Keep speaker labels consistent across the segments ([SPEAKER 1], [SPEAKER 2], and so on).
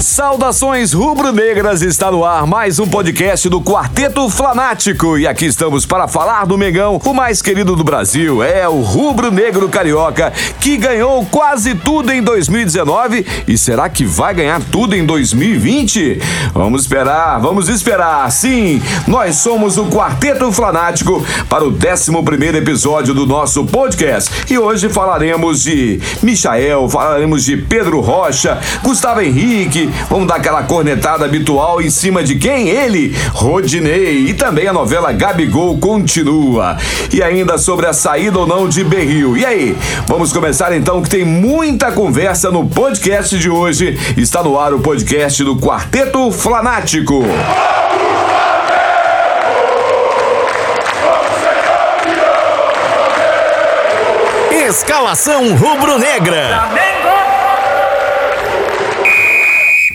[SPEAKER 1] Saudações rubro-negras, está no ar mais um podcast do Quarteto Flanático. E aqui estamos para falar do Mengão, o mais querido do Brasil. É o rubro-negro carioca, que ganhou quase tudo em 2019 e será que vai ganhar tudo em 2020? Vamos esperar, vamos esperar. Sim, nós somos o Quarteto Flanático para o 11 episódio do nosso podcast. E hoje falaremos de Michael, falaremos de Pedro Rocha, Gustavo Henrique, vamos dar aquela cornetada habitual em cima de quem? Ele, Rodinei. E também a novela Gabigol continua. E ainda sobre a saída ou não de Berril. E aí, vamos começar então que tem muita conversa no podcast de hoje. Está no ar o podcast do Quarteto Flanático.
[SPEAKER 2] Escalação rubro-negra.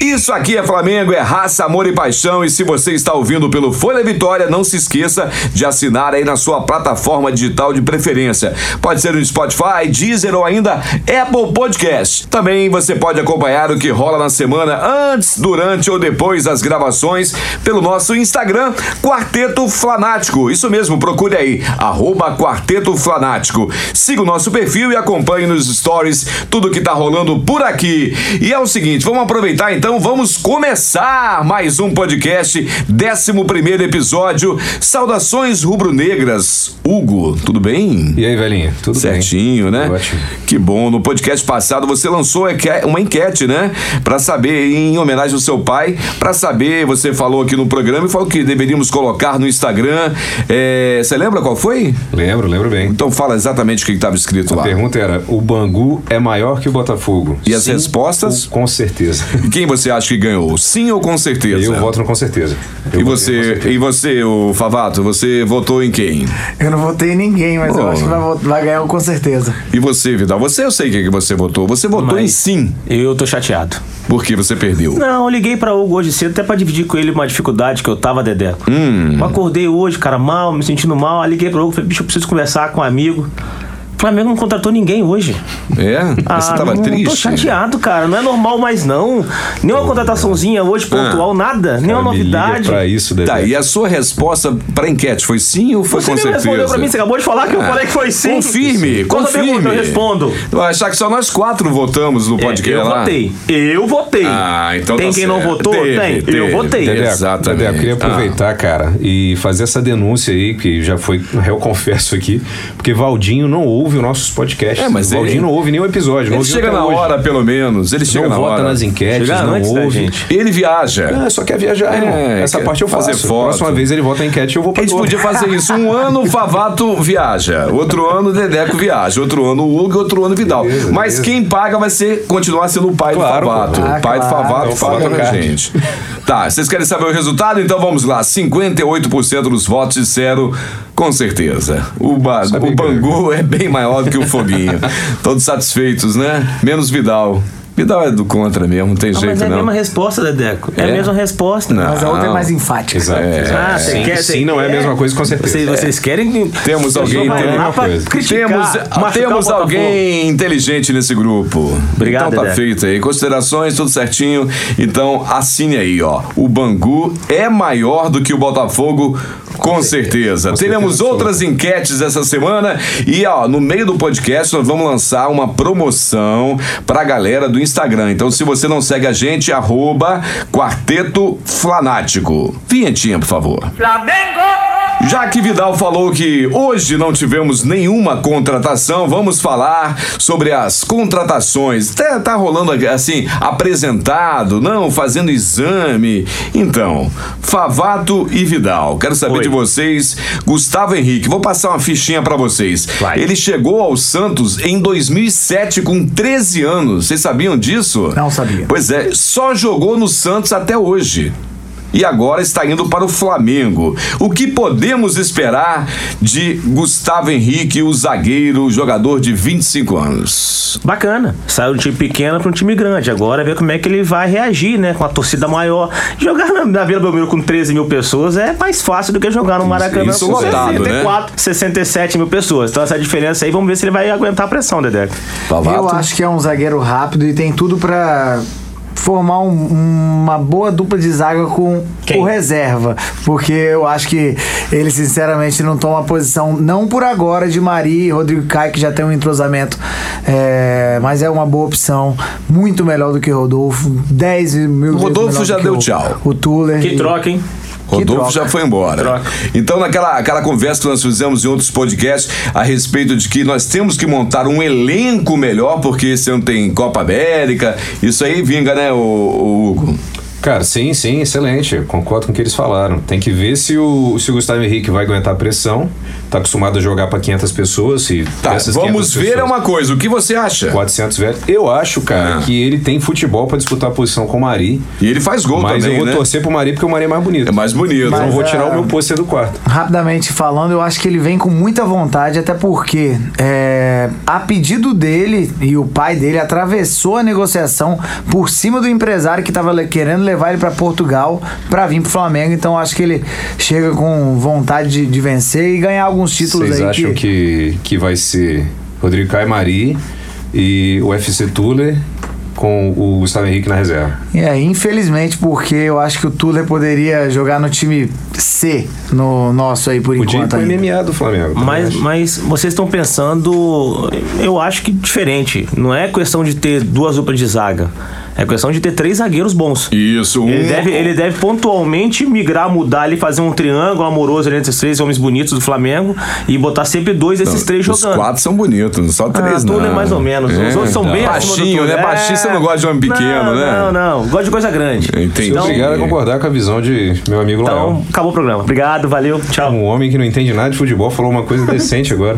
[SPEAKER 1] Isso aqui é Flamengo, é raça, amor e paixão. E se você está ouvindo pelo Folha Vitória, não se esqueça de assinar aí na sua plataforma digital de preferência. Pode ser no Spotify, Deezer ou ainda Apple Podcast. Também você pode acompanhar o que rola na semana antes, durante ou depois das gravações pelo nosso Instagram, Quarteto Flanático. Isso mesmo, procure aí, arroba Quarteto Flanático. Siga o nosso perfil e acompanhe nos stories tudo que tá rolando por aqui. E é o seguinte, vamos aproveitar então, vamos começar mais um podcast, 11 episódio. Saudações rubro-negras. Hugo, tudo bem?
[SPEAKER 3] E aí, velhinha? Tudo
[SPEAKER 1] Certinho, né?
[SPEAKER 3] Ótimo.
[SPEAKER 1] Que bom. No podcast passado você lançou enque- uma enquete, né? Pra saber, em homenagem ao seu pai, pra saber, você falou aqui no programa e falou que deveríamos colocar no Instagram. É, Você lembra qual foi?
[SPEAKER 3] bem? Lembro, lembro bem.
[SPEAKER 1] Então fala exatamente o que estava escrito
[SPEAKER 3] A
[SPEAKER 1] lá.
[SPEAKER 3] pergunta era: o Bangu é maior que o Botafogo?
[SPEAKER 1] E as respostas?
[SPEAKER 3] ou Com certeza.
[SPEAKER 1] E Quem você acha que ganhou? Sim ou com certeza?
[SPEAKER 3] Eu voto no com certeza. Eu
[SPEAKER 1] é. E
[SPEAKER 3] votei no com
[SPEAKER 1] você,
[SPEAKER 3] certeza.
[SPEAKER 1] e você, o Favato, você votou em quem?
[SPEAKER 4] Eu não votei em ninguém, mas
[SPEAKER 1] Pô.
[SPEAKER 4] eu acho que vai, vot- vai ganhar um com certeza.
[SPEAKER 1] E você, Vidal? Você, eu sei quem que você votou. Você votou em
[SPEAKER 5] Mas-
[SPEAKER 1] sim,
[SPEAKER 5] Eu tô chateado.
[SPEAKER 1] porque você perdeu.
[SPEAKER 5] Não, eu liguei pra Hugo hoje cedo até pra dividir com ele uma dificuldade que eu tava, Dedeco.
[SPEAKER 1] Hum.
[SPEAKER 5] Eu acordei hoje, cara, mal, me sentindo mal. Aí liguei pra Hugo, falei, bicho, eu preciso conversar com um amigo. O Flamengo não contratou ninguém hoje. Ah,
[SPEAKER 1] É? você tava
[SPEAKER 5] não,
[SPEAKER 1] triste?
[SPEAKER 5] Tô chateado, cara. Não é normal mais, não. Nenhuma contrataçãozinha hoje,
[SPEAKER 1] Ah.
[SPEAKER 5] pontual, nada. Nenhuma
[SPEAKER 3] Me liga
[SPEAKER 5] novidade.
[SPEAKER 3] Pra isso, Dedé.
[SPEAKER 1] é Tá, e a sua resposta pra enquete foi sim ou foi
[SPEAKER 5] Você
[SPEAKER 1] com
[SPEAKER 5] mesmo
[SPEAKER 1] certeza? Ah.
[SPEAKER 5] respondeu pra mim, você acabou de falar que eu falei que foi sim.
[SPEAKER 1] Confirme,
[SPEAKER 5] Qual a
[SPEAKER 1] confirme.
[SPEAKER 5] pergunta? é Eu respondo. É,
[SPEAKER 1] Vai achar que só nós quatro votamos no podcast
[SPEAKER 5] eu
[SPEAKER 1] lá?
[SPEAKER 5] votei. Eu votei.
[SPEAKER 1] Ah, então
[SPEAKER 5] Tem
[SPEAKER 1] tá
[SPEAKER 5] quem
[SPEAKER 1] certo.
[SPEAKER 5] não votou?
[SPEAKER 1] Teve,
[SPEAKER 5] Tem.
[SPEAKER 1] teve.
[SPEAKER 5] Eu votei.
[SPEAKER 1] Teve.
[SPEAKER 3] Dedeco,
[SPEAKER 1] Exatamente. Ah.
[SPEAKER 3] Dedeco, eu queria aproveitar, cara, e fazer essa denúncia aí, que já foi, eu confesso aqui, porque Valdinho não ouve os nossos podcasts.
[SPEAKER 1] É, mas
[SPEAKER 3] Valdinho
[SPEAKER 1] ele-
[SPEAKER 3] não ouve nenhum episódio.
[SPEAKER 1] Ele
[SPEAKER 3] não ouviu
[SPEAKER 1] chega
[SPEAKER 3] até
[SPEAKER 1] na
[SPEAKER 3] hoje.
[SPEAKER 1] hora, pelo menos. Ele chega na
[SPEAKER 3] Não vota
[SPEAKER 1] hora.
[SPEAKER 3] nas enquetes,
[SPEAKER 5] Chegar
[SPEAKER 3] não
[SPEAKER 5] antes da
[SPEAKER 3] ouve.
[SPEAKER 5] gente.
[SPEAKER 1] Ele viaja.
[SPEAKER 3] É, só quer viajar, irmão.
[SPEAKER 1] É,
[SPEAKER 3] Essa
[SPEAKER 1] quer
[SPEAKER 3] parte eu faço.
[SPEAKER 1] fazer foto.
[SPEAKER 3] Próxima vez ele vota a enquete, eu vou
[SPEAKER 1] A
[SPEAKER 3] pra
[SPEAKER 1] gente
[SPEAKER 3] tua.
[SPEAKER 1] podia fazer isso. Um ano o Favato viaja, outro ano o Dedeco viaja, outro ano o Hugo e outro ano o Vidal.
[SPEAKER 3] Beleza,
[SPEAKER 1] Mas
[SPEAKER 3] beleza.
[SPEAKER 1] quem paga vai ser, continuar sendo o pai
[SPEAKER 3] Claro,
[SPEAKER 1] do Favato.
[SPEAKER 4] pô.
[SPEAKER 1] o pai do
[SPEAKER 4] Ah, claro.
[SPEAKER 1] Favato
[SPEAKER 3] É o
[SPEAKER 1] paga
[SPEAKER 3] Favato
[SPEAKER 1] pra
[SPEAKER 3] Card.
[SPEAKER 1] gente. Tá, vocês querem saber o resultado? Então vamos lá. 58% dos votos disseram, com certeza. O, ba o Bangu é bem maior do que o Foguinho. Todos satisfeitos, né? Menos Vidal. Vidal é do contra mesmo, não tem
[SPEAKER 5] Ah,
[SPEAKER 1] jeito
[SPEAKER 5] mas é a
[SPEAKER 1] não.
[SPEAKER 5] mesma resposta, Dedeco. É,
[SPEAKER 1] É?
[SPEAKER 5] a mesma resposta.
[SPEAKER 1] Não.
[SPEAKER 4] Mas a outra é mais enfática.
[SPEAKER 3] Exato.
[SPEAKER 5] Ah,
[SPEAKER 3] exato.
[SPEAKER 5] você
[SPEAKER 3] É. sim,
[SPEAKER 5] quer-
[SPEAKER 3] sim,
[SPEAKER 5] você
[SPEAKER 3] não é a
[SPEAKER 5] quer-
[SPEAKER 3] mesma coisa, com certeza. É.
[SPEAKER 5] Vocês, vocês querem.
[SPEAKER 1] Temos alguém
[SPEAKER 5] Vocês vão
[SPEAKER 3] entendendo
[SPEAKER 5] lá
[SPEAKER 3] uma
[SPEAKER 5] pra
[SPEAKER 3] coisa. ah,
[SPEAKER 5] criticar,
[SPEAKER 1] Temos, eh,
[SPEAKER 5] machucar
[SPEAKER 1] temos
[SPEAKER 5] o Botafogo.
[SPEAKER 1] alguém inteligente nesse grupo.
[SPEAKER 5] Obrigado,
[SPEAKER 1] Então tá
[SPEAKER 5] Dedé.
[SPEAKER 1] feito aí. Considerações, tudo certinho. Então assine aí, ó. O Bangu é maior do que o Botafogo. Com certeza. Teremos
[SPEAKER 3] certeza
[SPEAKER 1] outras enquetes essa semana e ó, no meio do podcast nós vamos lançar uma promoção pra galera do Instagram. Então se você não segue a gente, arroba Quarteto Flanático. Vinhetinha, por favor. Já que Vidal falou que hoje não tivemos nenhuma contratação, vamos falar sobre as contratações. Tá, tá rolando assim, apresentado, não, fazendo exame. Então, Favato e Vidal, quero saber
[SPEAKER 5] Oi.
[SPEAKER 1] de vocês. Gustavo Henrique, vou passar uma fichinha pra vocês.
[SPEAKER 5] Vai.
[SPEAKER 1] Ele chegou ao Santos em 2007 com 13 anos. Vocês sabiam disso?
[SPEAKER 4] Não sabia.
[SPEAKER 1] Pois é, só jogou no Santos até hoje. e agora está indo para o Flamengo. O que podemos esperar de Gustavo Henrique, o zagueiro, jogador de 25 anos?
[SPEAKER 5] Bacana. Saiu de um time pequeno para um time grande. Agora é ver como é que ele vai reagir, né? Com a torcida maior. Jogar na, na Vila Belmiro com 13 mil pessoas é mais fácil do que jogar no Maracanã
[SPEAKER 1] isso
[SPEAKER 5] com
[SPEAKER 1] lotado,
[SPEAKER 3] né?
[SPEAKER 5] 64, 67 mil pessoas. Então essa diferença aí, vamos ver se ele vai aguentar a pressão, Dedeco.
[SPEAKER 1] Pavato?
[SPEAKER 4] Eu acho que é um zagueiro rápido e tem tudo pra formar um- uma boa dupla de zaga com o reserva, porque eu acho que ele sinceramente não toma posição não por agora de Mari e Rodrigo Caio que já tem um entrosamento é, mas é uma boa opção muito melhor do que Rodolfo 10 mil vezes
[SPEAKER 1] Rodolfo
[SPEAKER 4] melhor
[SPEAKER 1] já
[SPEAKER 4] do que
[SPEAKER 1] deu
[SPEAKER 4] o-
[SPEAKER 1] tchau.
[SPEAKER 4] o Tuller
[SPEAKER 5] Que
[SPEAKER 4] E-
[SPEAKER 5] troca, hein?
[SPEAKER 1] Rodolfo
[SPEAKER 4] troca.
[SPEAKER 1] já foi embora.
[SPEAKER 5] Troca.
[SPEAKER 1] Então, naquela aquela conversa que nós fizemos em outros podcasts a respeito de que nós temos que montar um elenco melhor, porque esse ano tem Copa América. Isso aí vinga, né, o, Hugo?
[SPEAKER 3] Cara, sim, sim, excelente. Eu Concordo com o que eles falaram. Tem que ver se o, se o Gustavo Henrique vai aguentar a pressão. Tá acostumado a jogar pra 500 pessoas. Se
[SPEAKER 1] Tá,
[SPEAKER 3] essas
[SPEAKER 1] vamos
[SPEAKER 3] 500
[SPEAKER 1] ver é
[SPEAKER 3] pessoas-
[SPEAKER 1] uma coisa. O que você acha?
[SPEAKER 3] 400 velho. Eu acho, cara,
[SPEAKER 1] Ah.
[SPEAKER 3] que ele tem futebol pra disputar a posição com o Mari.
[SPEAKER 1] E ele faz gol
[SPEAKER 3] Mas
[SPEAKER 1] também,
[SPEAKER 3] eu vou
[SPEAKER 1] né?
[SPEAKER 3] torcer pro Mari porque o Mari é mais bonito.
[SPEAKER 1] É mais bonito.
[SPEAKER 3] Eu não
[SPEAKER 4] Mas
[SPEAKER 3] vou
[SPEAKER 4] a-
[SPEAKER 5] é.
[SPEAKER 3] tirar o meu pôster do quarto.
[SPEAKER 4] Rapidamente falando, eu acho que ele vem com muita vontade, até porque é, a pedido dele e o pai dele atravessou a negociação por cima do empresário que estava querendo levar ele para Portugal para vir pro Flamengo. Então eu acho que ele chega com vontade de, de vencer e ganhar alguns títulos
[SPEAKER 3] Vocês
[SPEAKER 4] aí.
[SPEAKER 3] acham que... que vai ser Rodrigo Caio Mari e o FC Tuller com o Gustavo Henrique na reserva?
[SPEAKER 4] É, infelizmente, porque eu acho que o Tuller poderia jogar no time C no nosso aí por
[SPEAKER 3] Podia ir
[SPEAKER 4] enquanto.
[SPEAKER 3] pro
[SPEAKER 4] ainda.
[SPEAKER 3] MMA do Flamengo.
[SPEAKER 1] tá
[SPEAKER 3] também
[SPEAKER 5] Mas,
[SPEAKER 3] acho.
[SPEAKER 5] mas vocês estão pensando, eu acho que diferente. Não é questão de ter duas duplas de zaga. É questão de ter três zagueiros bons.
[SPEAKER 1] Isso, um.
[SPEAKER 5] Ele deve, ele deve pontualmente migrar, mudar ali, fazer um triângulo amoroso ali entre esses três homens bonitos do Flamengo e botar sempre dois desses três
[SPEAKER 1] Os
[SPEAKER 5] jogando.
[SPEAKER 1] quatro são bonitos, não são três,
[SPEAKER 5] Ah,
[SPEAKER 1] não.
[SPEAKER 5] Tuller é mais ou menos. Os outros são bem acima do
[SPEAKER 1] Baixinho, né?
[SPEAKER 5] Tuller.
[SPEAKER 1] Baixinho você não gosta de homem pequeno,
[SPEAKER 5] Não,
[SPEAKER 1] né?
[SPEAKER 5] Não, não. Gosto de coisa grande.
[SPEAKER 1] Entendi.
[SPEAKER 5] Então,
[SPEAKER 3] Obrigado a concordar com a visão de meu amigo
[SPEAKER 5] então
[SPEAKER 3] Lael.
[SPEAKER 5] acabou o programa. Obrigado, valeu, tchau.
[SPEAKER 3] Um homem que não entende nada de futebol falou uma coisa decente agora.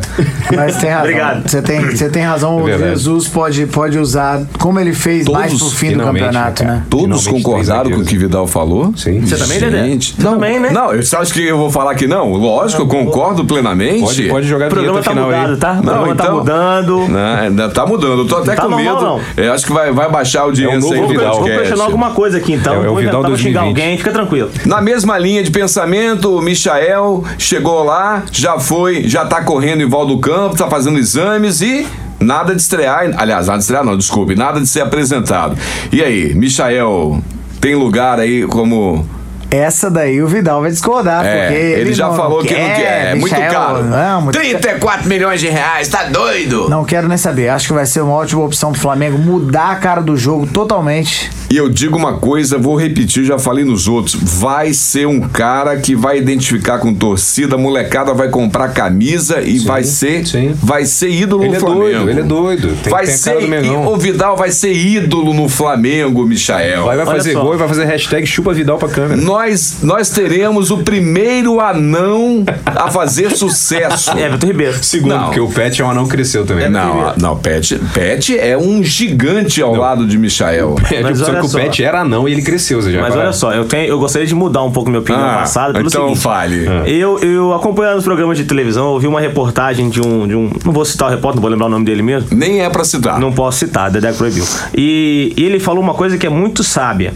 [SPEAKER 4] Mas tem razão.
[SPEAKER 5] Obrigado.
[SPEAKER 4] Você tem, você tem razão.
[SPEAKER 3] É
[SPEAKER 4] o
[SPEAKER 3] verdade.
[SPEAKER 4] Jesus pode, pode usar como ele fez mais pro
[SPEAKER 1] Todos,
[SPEAKER 4] fim do
[SPEAKER 3] finalmente,
[SPEAKER 4] campeonato,
[SPEAKER 3] né, cara?
[SPEAKER 4] né?
[SPEAKER 1] Todos
[SPEAKER 3] Finalmente três
[SPEAKER 1] concordaram com o
[SPEAKER 3] zagueiros.
[SPEAKER 1] que Vidal falou?
[SPEAKER 3] Sim. Você
[SPEAKER 5] também, Dedé?
[SPEAKER 1] Gente,
[SPEAKER 5] Você
[SPEAKER 1] Não,
[SPEAKER 5] também, né?
[SPEAKER 1] Não, eu- você acha que eu vou falar que não? Lógico, eu concordo plenamente.
[SPEAKER 3] Pode, pode jogar
[SPEAKER 5] O
[SPEAKER 3] a
[SPEAKER 5] programa
[SPEAKER 3] vinheta
[SPEAKER 5] tá
[SPEAKER 3] final
[SPEAKER 5] mudado,
[SPEAKER 3] aí.
[SPEAKER 5] tá? O
[SPEAKER 1] Não,
[SPEAKER 5] programa tá
[SPEAKER 1] então-
[SPEAKER 5] mudando.
[SPEAKER 1] Não, ainda tá mudando. Eu tô até
[SPEAKER 5] Tá
[SPEAKER 1] com
[SPEAKER 5] normal,
[SPEAKER 1] medo.
[SPEAKER 5] não? um
[SPEAKER 1] É, acho que vai, vai baixar a audiência
[SPEAKER 3] É o novo
[SPEAKER 1] aí do
[SPEAKER 5] Vou,
[SPEAKER 3] Vidal.
[SPEAKER 5] vou
[SPEAKER 1] podcast.
[SPEAKER 5] questionar alguma coisa aqui, então.
[SPEAKER 3] É, é o
[SPEAKER 5] vou
[SPEAKER 3] Vidal
[SPEAKER 5] inventar, vou xingar
[SPEAKER 3] 2020.
[SPEAKER 5] alguém, fica tranquilo.
[SPEAKER 1] Na mesma linha de pensamento, o Michael chegou lá, já foi, já tá correndo em volta do campo, tá fazendo exames e nada de estrear. Aliás, nada de estrear não, desculpe, nada de ser apresentado. E aí, Michael, tem lugar aí como
[SPEAKER 4] Essa daí o Vidal vai discordar,
[SPEAKER 1] É,
[SPEAKER 4] porque.
[SPEAKER 1] ele, já
[SPEAKER 4] não
[SPEAKER 1] falou que não quer. É muito
[SPEAKER 4] Michael,
[SPEAKER 1] caro.
[SPEAKER 4] Não, é, muito
[SPEAKER 1] 34 milhões de reais, tá doido?
[SPEAKER 4] não quero nem saber. Acho que vai ser uma ótima opção pro Flamengo mudar a cara do jogo totalmente.
[SPEAKER 1] E eu digo uma coisa, vou repetir, já falei nos outros. Vai ser um cara que vai identificar com torcida, a molecada vai comprar camisa e vai ser
[SPEAKER 3] sim.
[SPEAKER 1] vai ser ídolo
[SPEAKER 3] Ele
[SPEAKER 1] no
[SPEAKER 3] é
[SPEAKER 1] Flamengo.
[SPEAKER 3] doido, ele é doido. Tem que
[SPEAKER 1] vai
[SPEAKER 3] ter a cara
[SPEAKER 1] ser
[SPEAKER 3] do Mengão.
[SPEAKER 1] e- o Vidal vai ser ídolo no Flamengo, Michael.
[SPEAKER 3] Vai, vai
[SPEAKER 5] Olha
[SPEAKER 3] fazer
[SPEAKER 5] só.
[SPEAKER 3] gol e vai fazer hashtag chupa Vidal pra câmera.
[SPEAKER 1] Nós nós teremos o primeiro anão a fazer sucesso.
[SPEAKER 5] É, Vitor Ribeiro.
[SPEAKER 3] Segundo,
[SPEAKER 1] Não.
[SPEAKER 3] porque o Pet é um anão que cresceu também.
[SPEAKER 1] Não, a- não, Pet, Pet é um gigante ao lado de Michael.
[SPEAKER 3] É,
[SPEAKER 5] Mas
[SPEAKER 3] tipo, só
[SPEAKER 5] olha
[SPEAKER 3] que o
[SPEAKER 5] só.
[SPEAKER 3] Pet era anão e ele cresceu, você já
[SPEAKER 5] Mas
[SPEAKER 3] repararam?
[SPEAKER 5] olha só, eu, tenho, eu gostaria de mudar um pouco minha opinião
[SPEAKER 1] Ah,
[SPEAKER 5] passada. Pelo
[SPEAKER 1] então
[SPEAKER 5] seguinte,
[SPEAKER 1] fale.
[SPEAKER 3] Ah. É.
[SPEAKER 5] Eu, eu acompanhando os programas de televisão, eu ouvi uma reportagem de um, de um. Não vou citar o repórter, não vou lembrar o nome dele mesmo.
[SPEAKER 1] Nem é pra citar.
[SPEAKER 5] Não posso citar, Dedé proibiu. E ele falou uma coisa que é muito sábia.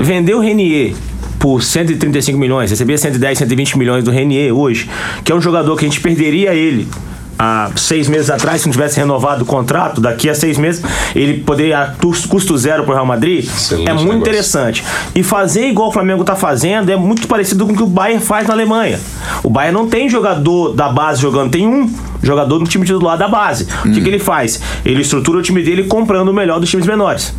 [SPEAKER 5] Vendeu o Renier por 135 milhões, recebia 110, 120 milhões do Renier hoje, que é um jogador que a gente perderia ele há seis meses atrás, se não tivesse renovado o contrato, daqui a seis meses ele poderia a tu- custo zero para o Real Madrid.
[SPEAKER 3] Excelente
[SPEAKER 5] é muito
[SPEAKER 3] negócio.
[SPEAKER 5] interessante. E fazer igual o Flamengo está fazendo é muito parecido com o que o Bayern faz na Alemanha. O Bayern não tem jogador da base jogando, tem um jogador no time titular da base. O que,
[SPEAKER 3] Hum.
[SPEAKER 5] que ele faz? Ele estrutura o time dele comprando o melhor dos times menores.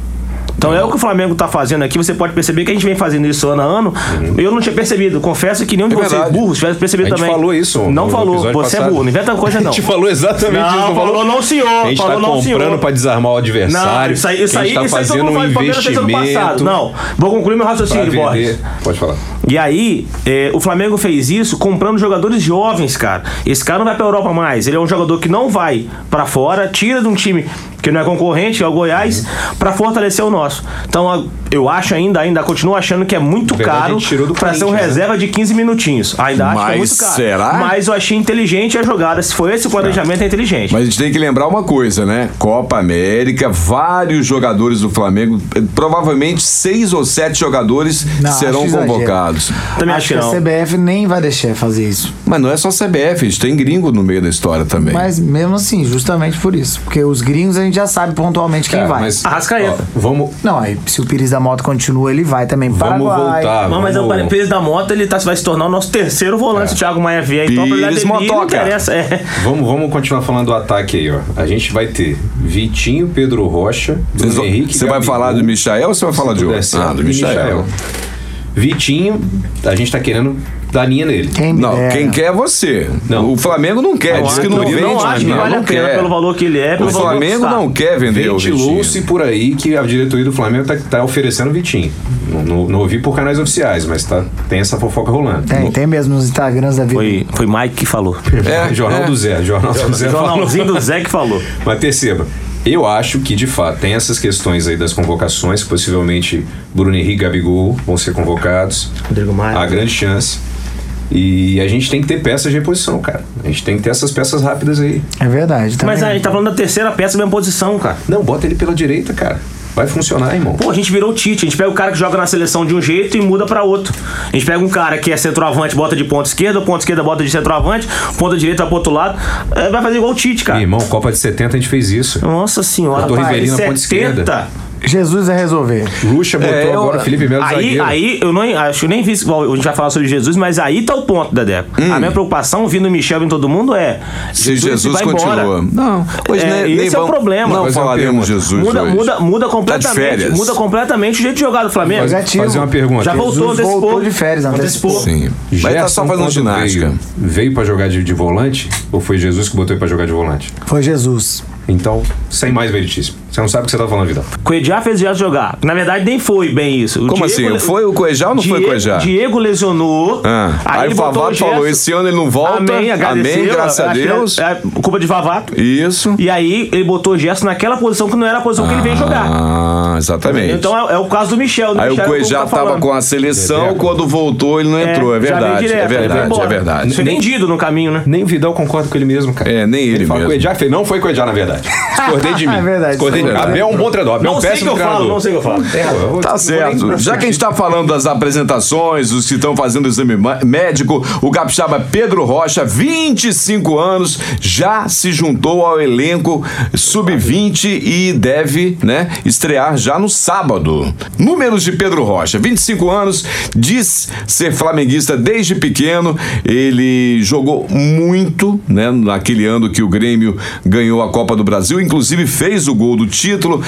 [SPEAKER 5] Então é o que o Flamengo tá fazendo aqui, você pode perceber que a gente vem fazendo isso ano a ano. Eu não tinha percebido, confesso que nenhum de
[SPEAKER 1] É
[SPEAKER 5] vocês
[SPEAKER 1] verdade.
[SPEAKER 5] burros tivesse
[SPEAKER 3] Uhum. A
[SPEAKER 5] percebido
[SPEAKER 3] gente
[SPEAKER 5] também.
[SPEAKER 3] falou isso.
[SPEAKER 5] Não
[SPEAKER 3] no
[SPEAKER 5] falou, você
[SPEAKER 3] episódio
[SPEAKER 5] é
[SPEAKER 3] passado.
[SPEAKER 5] burro, não inventa coisa não.
[SPEAKER 3] A gente falou exatamente
[SPEAKER 5] Não,
[SPEAKER 3] isso.
[SPEAKER 5] falou não, senhor,
[SPEAKER 3] A gente
[SPEAKER 5] Ah, falou
[SPEAKER 3] tá
[SPEAKER 5] não, senhor.
[SPEAKER 3] comprando pra desarmar o adversário.
[SPEAKER 5] Não, isso aí,
[SPEAKER 3] É que
[SPEAKER 5] isso
[SPEAKER 3] a gente
[SPEAKER 5] aí,
[SPEAKER 3] tá
[SPEAKER 5] isso aí todo
[SPEAKER 3] fazendo
[SPEAKER 5] mundo
[SPEAKER 3] um
[SPEAKER 5] faz, o Palmeiras fez ano
[SPEAKER 3] investimento.
[SPEAKER 5] passado. Não, vou concluir meu
[SPEAKER 3] pra
[SPEAKER 5] raciocínio,
[SPEAKER 3] vender.
[SPEAKER 5] Borges.
[SPEAKER 3] Pode falar.
[SPEAKER 5] E aí, é, o Flamengo fez isso comprando jogadores jovens, cara. Esse cara não vai pra Europa mais. Ele é um jogador que não vai pra fora, tira de um time que não é concorrente, que é o Goiás,
[SPEAKER 3] Uhum.
[SPEAKER 5] pra fortalecer o nosso. Então, a- eu acho ainda, ainda continuo achando que é muito
[SPEAKER 3] verdade,
[SPEAKER 5] caro
[SPEAKER 3] ele tirou do
[SPEAKER 5] pra ser um
[SPEAKER 3] Corinthians, né?
[SPEAKER 5] reserva de 15 minutinhos. Ainda acho que é
[SPEAKER 1] Mas
[SPEAKER 5] muito caro.
[SPEAKER 1] será?
[SPEAKER 5] Mas eu achei inteligente a jogada. Se foi esse o planejamento, é inteligente.
[SPEAKER 1] Mas a gente tem que lembrar uma coisa, né? Copa América, vários jogadores do Flamengo, eh, provavelmente seis ou sete jogadores
[SPEAKER 4] Não,
[SPEAKER 1] serão
[SPEAKER 4] acho exagero.
[SPEAKER 1] convocados.
[SPEAKER 5] Também acho que não.
[SPEAKER 4] a CBF nem vai deixar fazer isso.
[SPEAKER 1] Mas não é só CBF, a gente tem gringo no meio da história também.
[SPEAKER 4] Mas mesmo assim, justamente por isso. Porque os gringos a gente já sabe pontualmente quem
[SPEAKER 1] É,
[SPEAKER 3] Cara,
[SPEAKER 4] vai. Ah,
[SPEAKER 3] mas,
[SPEAKER 5] Arrascaeta.
[SPEAKER 3] ó, vamos,
[SPEAKER 4] Não, aí se o Pires da Moto continua, ele vai também.
[SPEAKER 3] vamos
[SPEAKER 4] Paraguai.
[SPEAKER 1] Ah,
[SPEAKER 3] voltar.
[SPEAKER 5] Não, mas é
[SPEAKER 3] vamos-
[SPEAKER 5] o Pires da Mota ele tá- vai se tornar o nosso terceiro volante. O Thiago Maia vier, então a
[SPEAKER 1] Pires
[SPEAKER 5] probabilidade dele não
[SPEAKER 1] É. Motoca.
[SPEAKER 5] interessa. É.
[SPEAKER 3] Vamos, vamos continuar falando do ataque aí, ó. A gente vai ter Vitinho, Pedro Rocha,
[SPEAKER 1] Vocês
[SPEAKER 3] Bruno
[SPEAKER 1] vão-
[SPEAKER 3] Henrique.
[SPEAKER 1] Você vai
[SPEAKER 3] Gabigol,
[SPEAKER 1] falar do Michael ou você vai falar
[SPEAKER 3] se
[SPEAKER 1] de
[SPEAKER 3] tudo der
[SPEAKER 1] outro?
[SPEAKER 3] certo,
[SPEAKER 1] ah, do
[SPEAKER 3] e
[SPEAKER 1] Michael.
[SPEAKER 3] Vitinho, a gente tá querendo dar linha nele.
[SPEAKER 4] Quem me
[SPEAKER 1] Não,
[SPEAKER 4] dera.
[SPEAKER 1] quem quer é você.
[SPEAKER 3] Não.
[SPEAKER 1] O Flamengo não quer,
[SPEAKER 5] Eu
[SPEAKER 1] diz que
[SPEAKER 5] acho-
[SPEAKER 1] não
[SPEAKER 5] É eu
[SPEAKER 1] vende,
[SPEAKER 5] não acho que
[SPEAKER 1] não,
[SPEAKER 5] vale
[SPEAKER 1] não
[SPEAKER 5] a pena
[SPEAKER 1] quer.
[SPEAKER 5] pelo valor que ele é.
[SPEAKER 1] O
[SPEAKER 5] pelo valor que
[SPEAKER 1] Flamengo
[SPEAKER 5] custa.
[SPEAKER 1] não quer vender é o Vitinho.
[SPEAKER 3] Ventilou-se por aí que a diretoria do Flamengo tá, tá oferecendo Vitinho. Não, não- não ouvi por canais oficiais, mas tá, tem essa fofoca rolando.
[SPEAKER 4] Tem, tem mesmo nos Instagrams da vida.
[SPEAKER 5] Foi, foi Mike que falou.
[SPEAKER 1] É,
[SPEAKER 3] Jornal
[SPEAKER 1] é.
[SPEAKER 3] do Zé. Jornal do Zé. falou.
[SPEAKER 5] Jornalzinho do Zé que falou.
[SPEAKER 3] Mas perceba, eu acho que de fato tem essas questões aí das convocações, que possivelmente Bruno Henrique e Gabigol vão ser convocados.
[SPEAKER 5] Rodrigo Maia.
[SPEAKER 3] Há grande chance. E a gente tem que ter peças de reposição, cara. A gente tem que ter essas peças rápidas aí.
[SPEAKER 4] É verdade. Também.
[SPEAKER 5] Mas a gente tá falando da terceira peça, mesma posição, cara.
[SPEAKER 3] Não, bota ele pela direita, cara. Vai funcionar, irmão.
[SPEAKER 5] Pô, a gente virou o Tite. A gente pega o cara que joga na seleção de um jeito e muda pra outro. A gente pega um cara que é centroavante, bota de ponta esquerda, ponta esquerda bota de centroavante, ponta direita pro outro lado. É, Vai fazer igual o Tite,
[SPEAKER 1] Ah.
[SPEAKER 5] cara.
[SPEAKER 3] Irmão, Copa de 70 a gente fez isso.
[SPEAKER 5] Nossa senhora,
[SPEAKER 3] Botou
[SPEAKER 5] pai, é
[SPEAKER 3] Rivelino na ponta esquerda.
[SPEAKER 4] Jesus vai resolver.
[SPEAKER 3] Lucha botou
[SPEAKER 1] É, eu-
[SPEAKER 3] agora o Felipe Melo de
[SPEAKER 5] Aí,
[SPEAKER 3] zagueiro.
[SPEAKER 5] aí, eu não acho que nem vi. bom, a gente vai falar sobre Jesus, mas aí tá o ponto, Dedé. A minha preocupação, vindo o Michel e em todo mundo, é.
[SPEAKER 1] Hum. Se Jesus
[SPEAKER 5] vai embora.
[SPEAKER 1] continua. Não, hoje
[SPEAKER 5] É,
[SPEAKER 1] nem- nem
[SPEAKER 5] esse é o
[SPEAKER 1] vamos-
[SPEAKER 5] problema.
[SPEAKER 1] Não
[SPEAKER 5] Fazer
[SPEAKER 3] uma
[SPEAKER 1] falaremos
[SPEAKER 3] pergunta.
[SPEAKER 1] Jesus
[SPEAKER 5] muda,
[SPEAKER 1] hoje.
[SPEAKER 5] muda, muda completamente.
[SPEAKER 1] férias.
[SPEAKER 5] muda completamente o jeito de jogar do Flamengo.
[SPEAKER 4] Mas- negativo.
[SPEAKER 3] Fazer uma pergunta.
[SPEAKER 5] Já voltou,
[SPEAKER 4] Jesus
[SPEAKER 5] antecipou.
[SPEAKER 4] voltou de férias, antecipou.
[SPEAKER 1] Sim. Mas tá só
[SPEAKER 3] Gerson,
[SPEAKER 1] fazendo
[SPEAKER 3] quando
[SPEAKER 1] ginástica.
[SPEAKER 3] Veio, veio para jogar de, de volante? Ou foi Jesus que botou ele pra jogar de volante?
[SPEAKER 4] Foi Jesus.
[SPEAKER 3] Então, sem mais meritíssimo. Você não sabe o que você tá falando, Vidal.
[SPEAKER 5] O Cuejá fez o Gerson jogar. Na verdade, nem foi bem isso. O
[SPEAKER 1] Como assim?
[SPEAKER 5] le-
[SPEAKER 1] Foi o Cuejá ou não foi o
[SPEAKER 5] Diego-
[SPEAKER 1] Cuejá?
[SPEAKER 5] Diego lesionou.
[SPEAKER 1] Ah, Aí,
[SPEAKER 5] ele
[SPEAKER 1] o
[SPEAKER 5] botou
[SPEAKER 1] Vavato falou:
[SPEAKER 5] Gerson.
[SPEAKER 1] esse ano ele não volta.
[SPEAKER 5] Amém,
[SPEAKER 1] Amém,
[SPEAKER 5] agradeceu.
[SPEAKER 1] graças a
[SPEAKER 5] Acho que é-
[SPEAKER 1] Deus.
[SPEAKER 5] É, culpa de Vavato.
[SPEAKER 1] Isso.
[SPEAKER 5] E aí ele botou o Gerson naquela posição que não era a posição que ele veio jogar.
[SPEAKER 1] Ah, exatamente.
[SPEAKER 5] Então é, é o caso do Michel. do
[SPEAKER 1] Aí o
[SPEAKER 5] Michel é que
[SPEAKER 1] Cuejá
[SPEAKER 5] eu tô
[SPEAKER 1] tava
[SPEAKER 5] falando.
[SPEAKER 1] com a seleção,
[SPEAKER 3] Dedeco.
[SPEAKER 1] quando voltou ele não entrou, é,
[SPEAKER 5] já veio
[SPEAKER 1] verdade,
[SPEAKER 5] direto,
[SPEAKER 1] é
[SPEAKER 5] ele foi
[SPEAKER 1] verdade,
[SPEAKER 5] embora.
[SPEAKER 1] é verdade.
[SPEAKER 5] Foi vendido no caminho, né?
[SPEAKER 3] Nem o Vidal concorda com ele mesmo, cara.
[SPEAKER 1] É, nem ele
[SPEAKER 3] fala
[SPEAKER 1] mesmo.
[SPEAKER 3] que o Edjar fez. Não foi com o Edjar, na verdade. Discordei de mim.
[SPEAKER 4] É verdade,
[SPEAKER 3] Discordei de
[SPEAKER 1] discordei.
[SPEAKER 3] mim. Abel é um bom treinador. Abel é
[SPEAKER 5] Não
[SPEAKER 3] um
[SPEAKER 5] sei o que
[SPEAKER 3] péssimo
[SPEAKER 5] eu falo, não
[SPEAKER 3] treinador.
[SPEAKER 5] sei o que eu falo.
[SPEAKER 3] É, eu vou-
[SPEAKER 1] Tá
[SPEAKER 3] eu vou nem
[SPEAKER 1] certo.
[SPEAKER 3] pra
[SPEAKER 1] Já que a gente tá falando das apresentações, os que estão fazendo exame ma- médico, o capixaba Pedro Rocha, 25 anos, já se juntou ao elenco sub-20 e deve, né, estrear já no sábado. Números de Pedro Rocha, 25 anos, diz ser flamenguista desde pequeno. Ele jogou muito, né, naquele ano que o Grêmio ganhou a Copa do Brasil, inclusive fez o gol do título,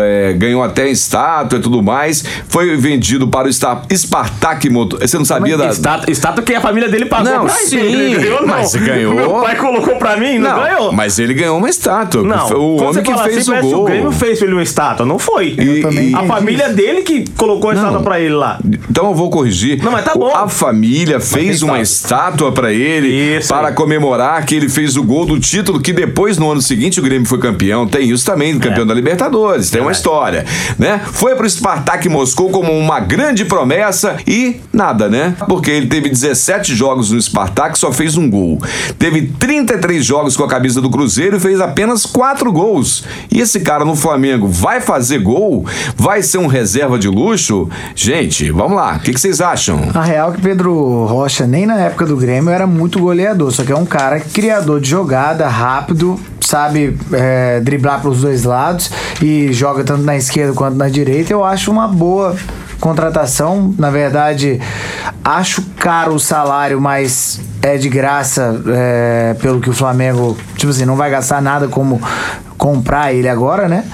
[SPEAKER 1] é, ganhou até estátua e tudo mais. Foi vendido para o Sta- Spartak Moto. Você não sabia da.
[SPEAKER 5] Estátua, estátua que a família dele pagou
[SPEAKER 1] Não,
[SPEAKER 5] pra
[SPEAKER 1] sim,
[SPEAKER 5] ele, ele ganhou, não.
[SPEAKER 1] mas ganhou.
[SPEAKER 5] Meu pai colocou pra mim, não, ganhou.
[SPEAKER 1] mas ele ganhou uma estátua.
[SPEAKER 5] Não,
[SPEAKER 1] Foi o
[SPEAKER 5] Quando você
[SPEAKER 1] homem que
[SPEAKER 5] fala
[SPEAKER 1] fez
[SPEAKER 5] assim,
[SPEAKER 1] o
[SPEAKER 5] parece que
[SPEAKER 1] gol.
[SPEAKER 5] O Grêmio fez pra ele uma estátua, não foi.
[SPEAKER 1] E- também
[SPEAKER 5] a
[SPEAKER 1] entendi.
[SPEAKER 5] família dele que colocou a estátua
[SPEAKER 1] Não.
[SPEAKER 5] pra ele lá.
[SPEAKER 1] Então eu vou corrigir.
[SPEAKER 5] Não, mas tá bom.
[SPEAKER 1] A família fez
[SPEAKER 5] tem
[SPEAKER 1] uma estátua pra ele
[SPEAKER 5] Isso
[SPEAKER 1] para
[SPEAKER 5] aí.
[SPEAKER 1] comemorar que ele fez o gol do título que depois no ano seguinte o Grêmio foi campeão. Tem isso também,
[SPEAKER 5] É.
[SPEAKER 1] campeão da Libertadores, tem uma história, né? Foi pro Spartak Moscou como uma grande promessa e nada, né? Porque ele teve 17 jogos no Spartak, só fez um gol. Teve 33 jogos com a camisa do Cruzeiro e fez apenas 4 gols. E esse cara no Flamengo vai fazer gol? Vai ser um reserva de luxo? Gente, vamos lá. O que que vocês acham?
[SPEAKER 4] A real é que Pedro Rocha, nem na época do Grêmio, era muito goleador. Só que é um cara criador de jogada, rápido, sabe é, driblar para os dois lados e joga tanto na esquerda quanto na direita. Eu acho uma boa contratação. Na verdade, acho caro o salário, mas é de graça é, pelo que o Flamengo, tipo assim, não vai gastar nada como comprar ele agora, né?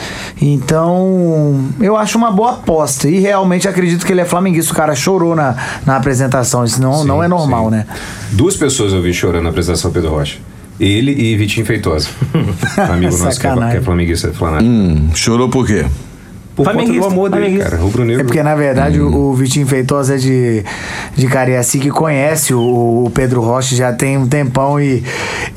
[SPEAKER 4] Então, eu acho uma boa aposta. E realmente acredito que ele é flamenguista. O cara chorou na, na apresentação. Isso não, não é normal,
[SPEAKER 3] sim.
[SPEAKER 4] né?
[SPEAKER 3] Duas pessoas eu vi chorando na apresentação do Pedro Rocha. Ele e Vitinho Feitosa. Amigo nosso que é,
[SPEAKER 4] Sacanagem.
[SPEAKER 1] Hum.
[SPEAKER 3] que é flamenguista. Flamengo.
[SPEAKER 1] Chorou por quê?
[SPEAKER 3] Por conta do
[SPEAKER 5] Flamenguista,
[SPEAKER 3] amor dele,
[SPEAKER 5] flamenguista.
[SPEAKER 3] cara. Rubro Negro.
[SPEAKER 4] É porque, na verdade, o o Vitinho Feitosa é de, de Cariaci, que conhece o, o Pedro Rocha já tem um tempão e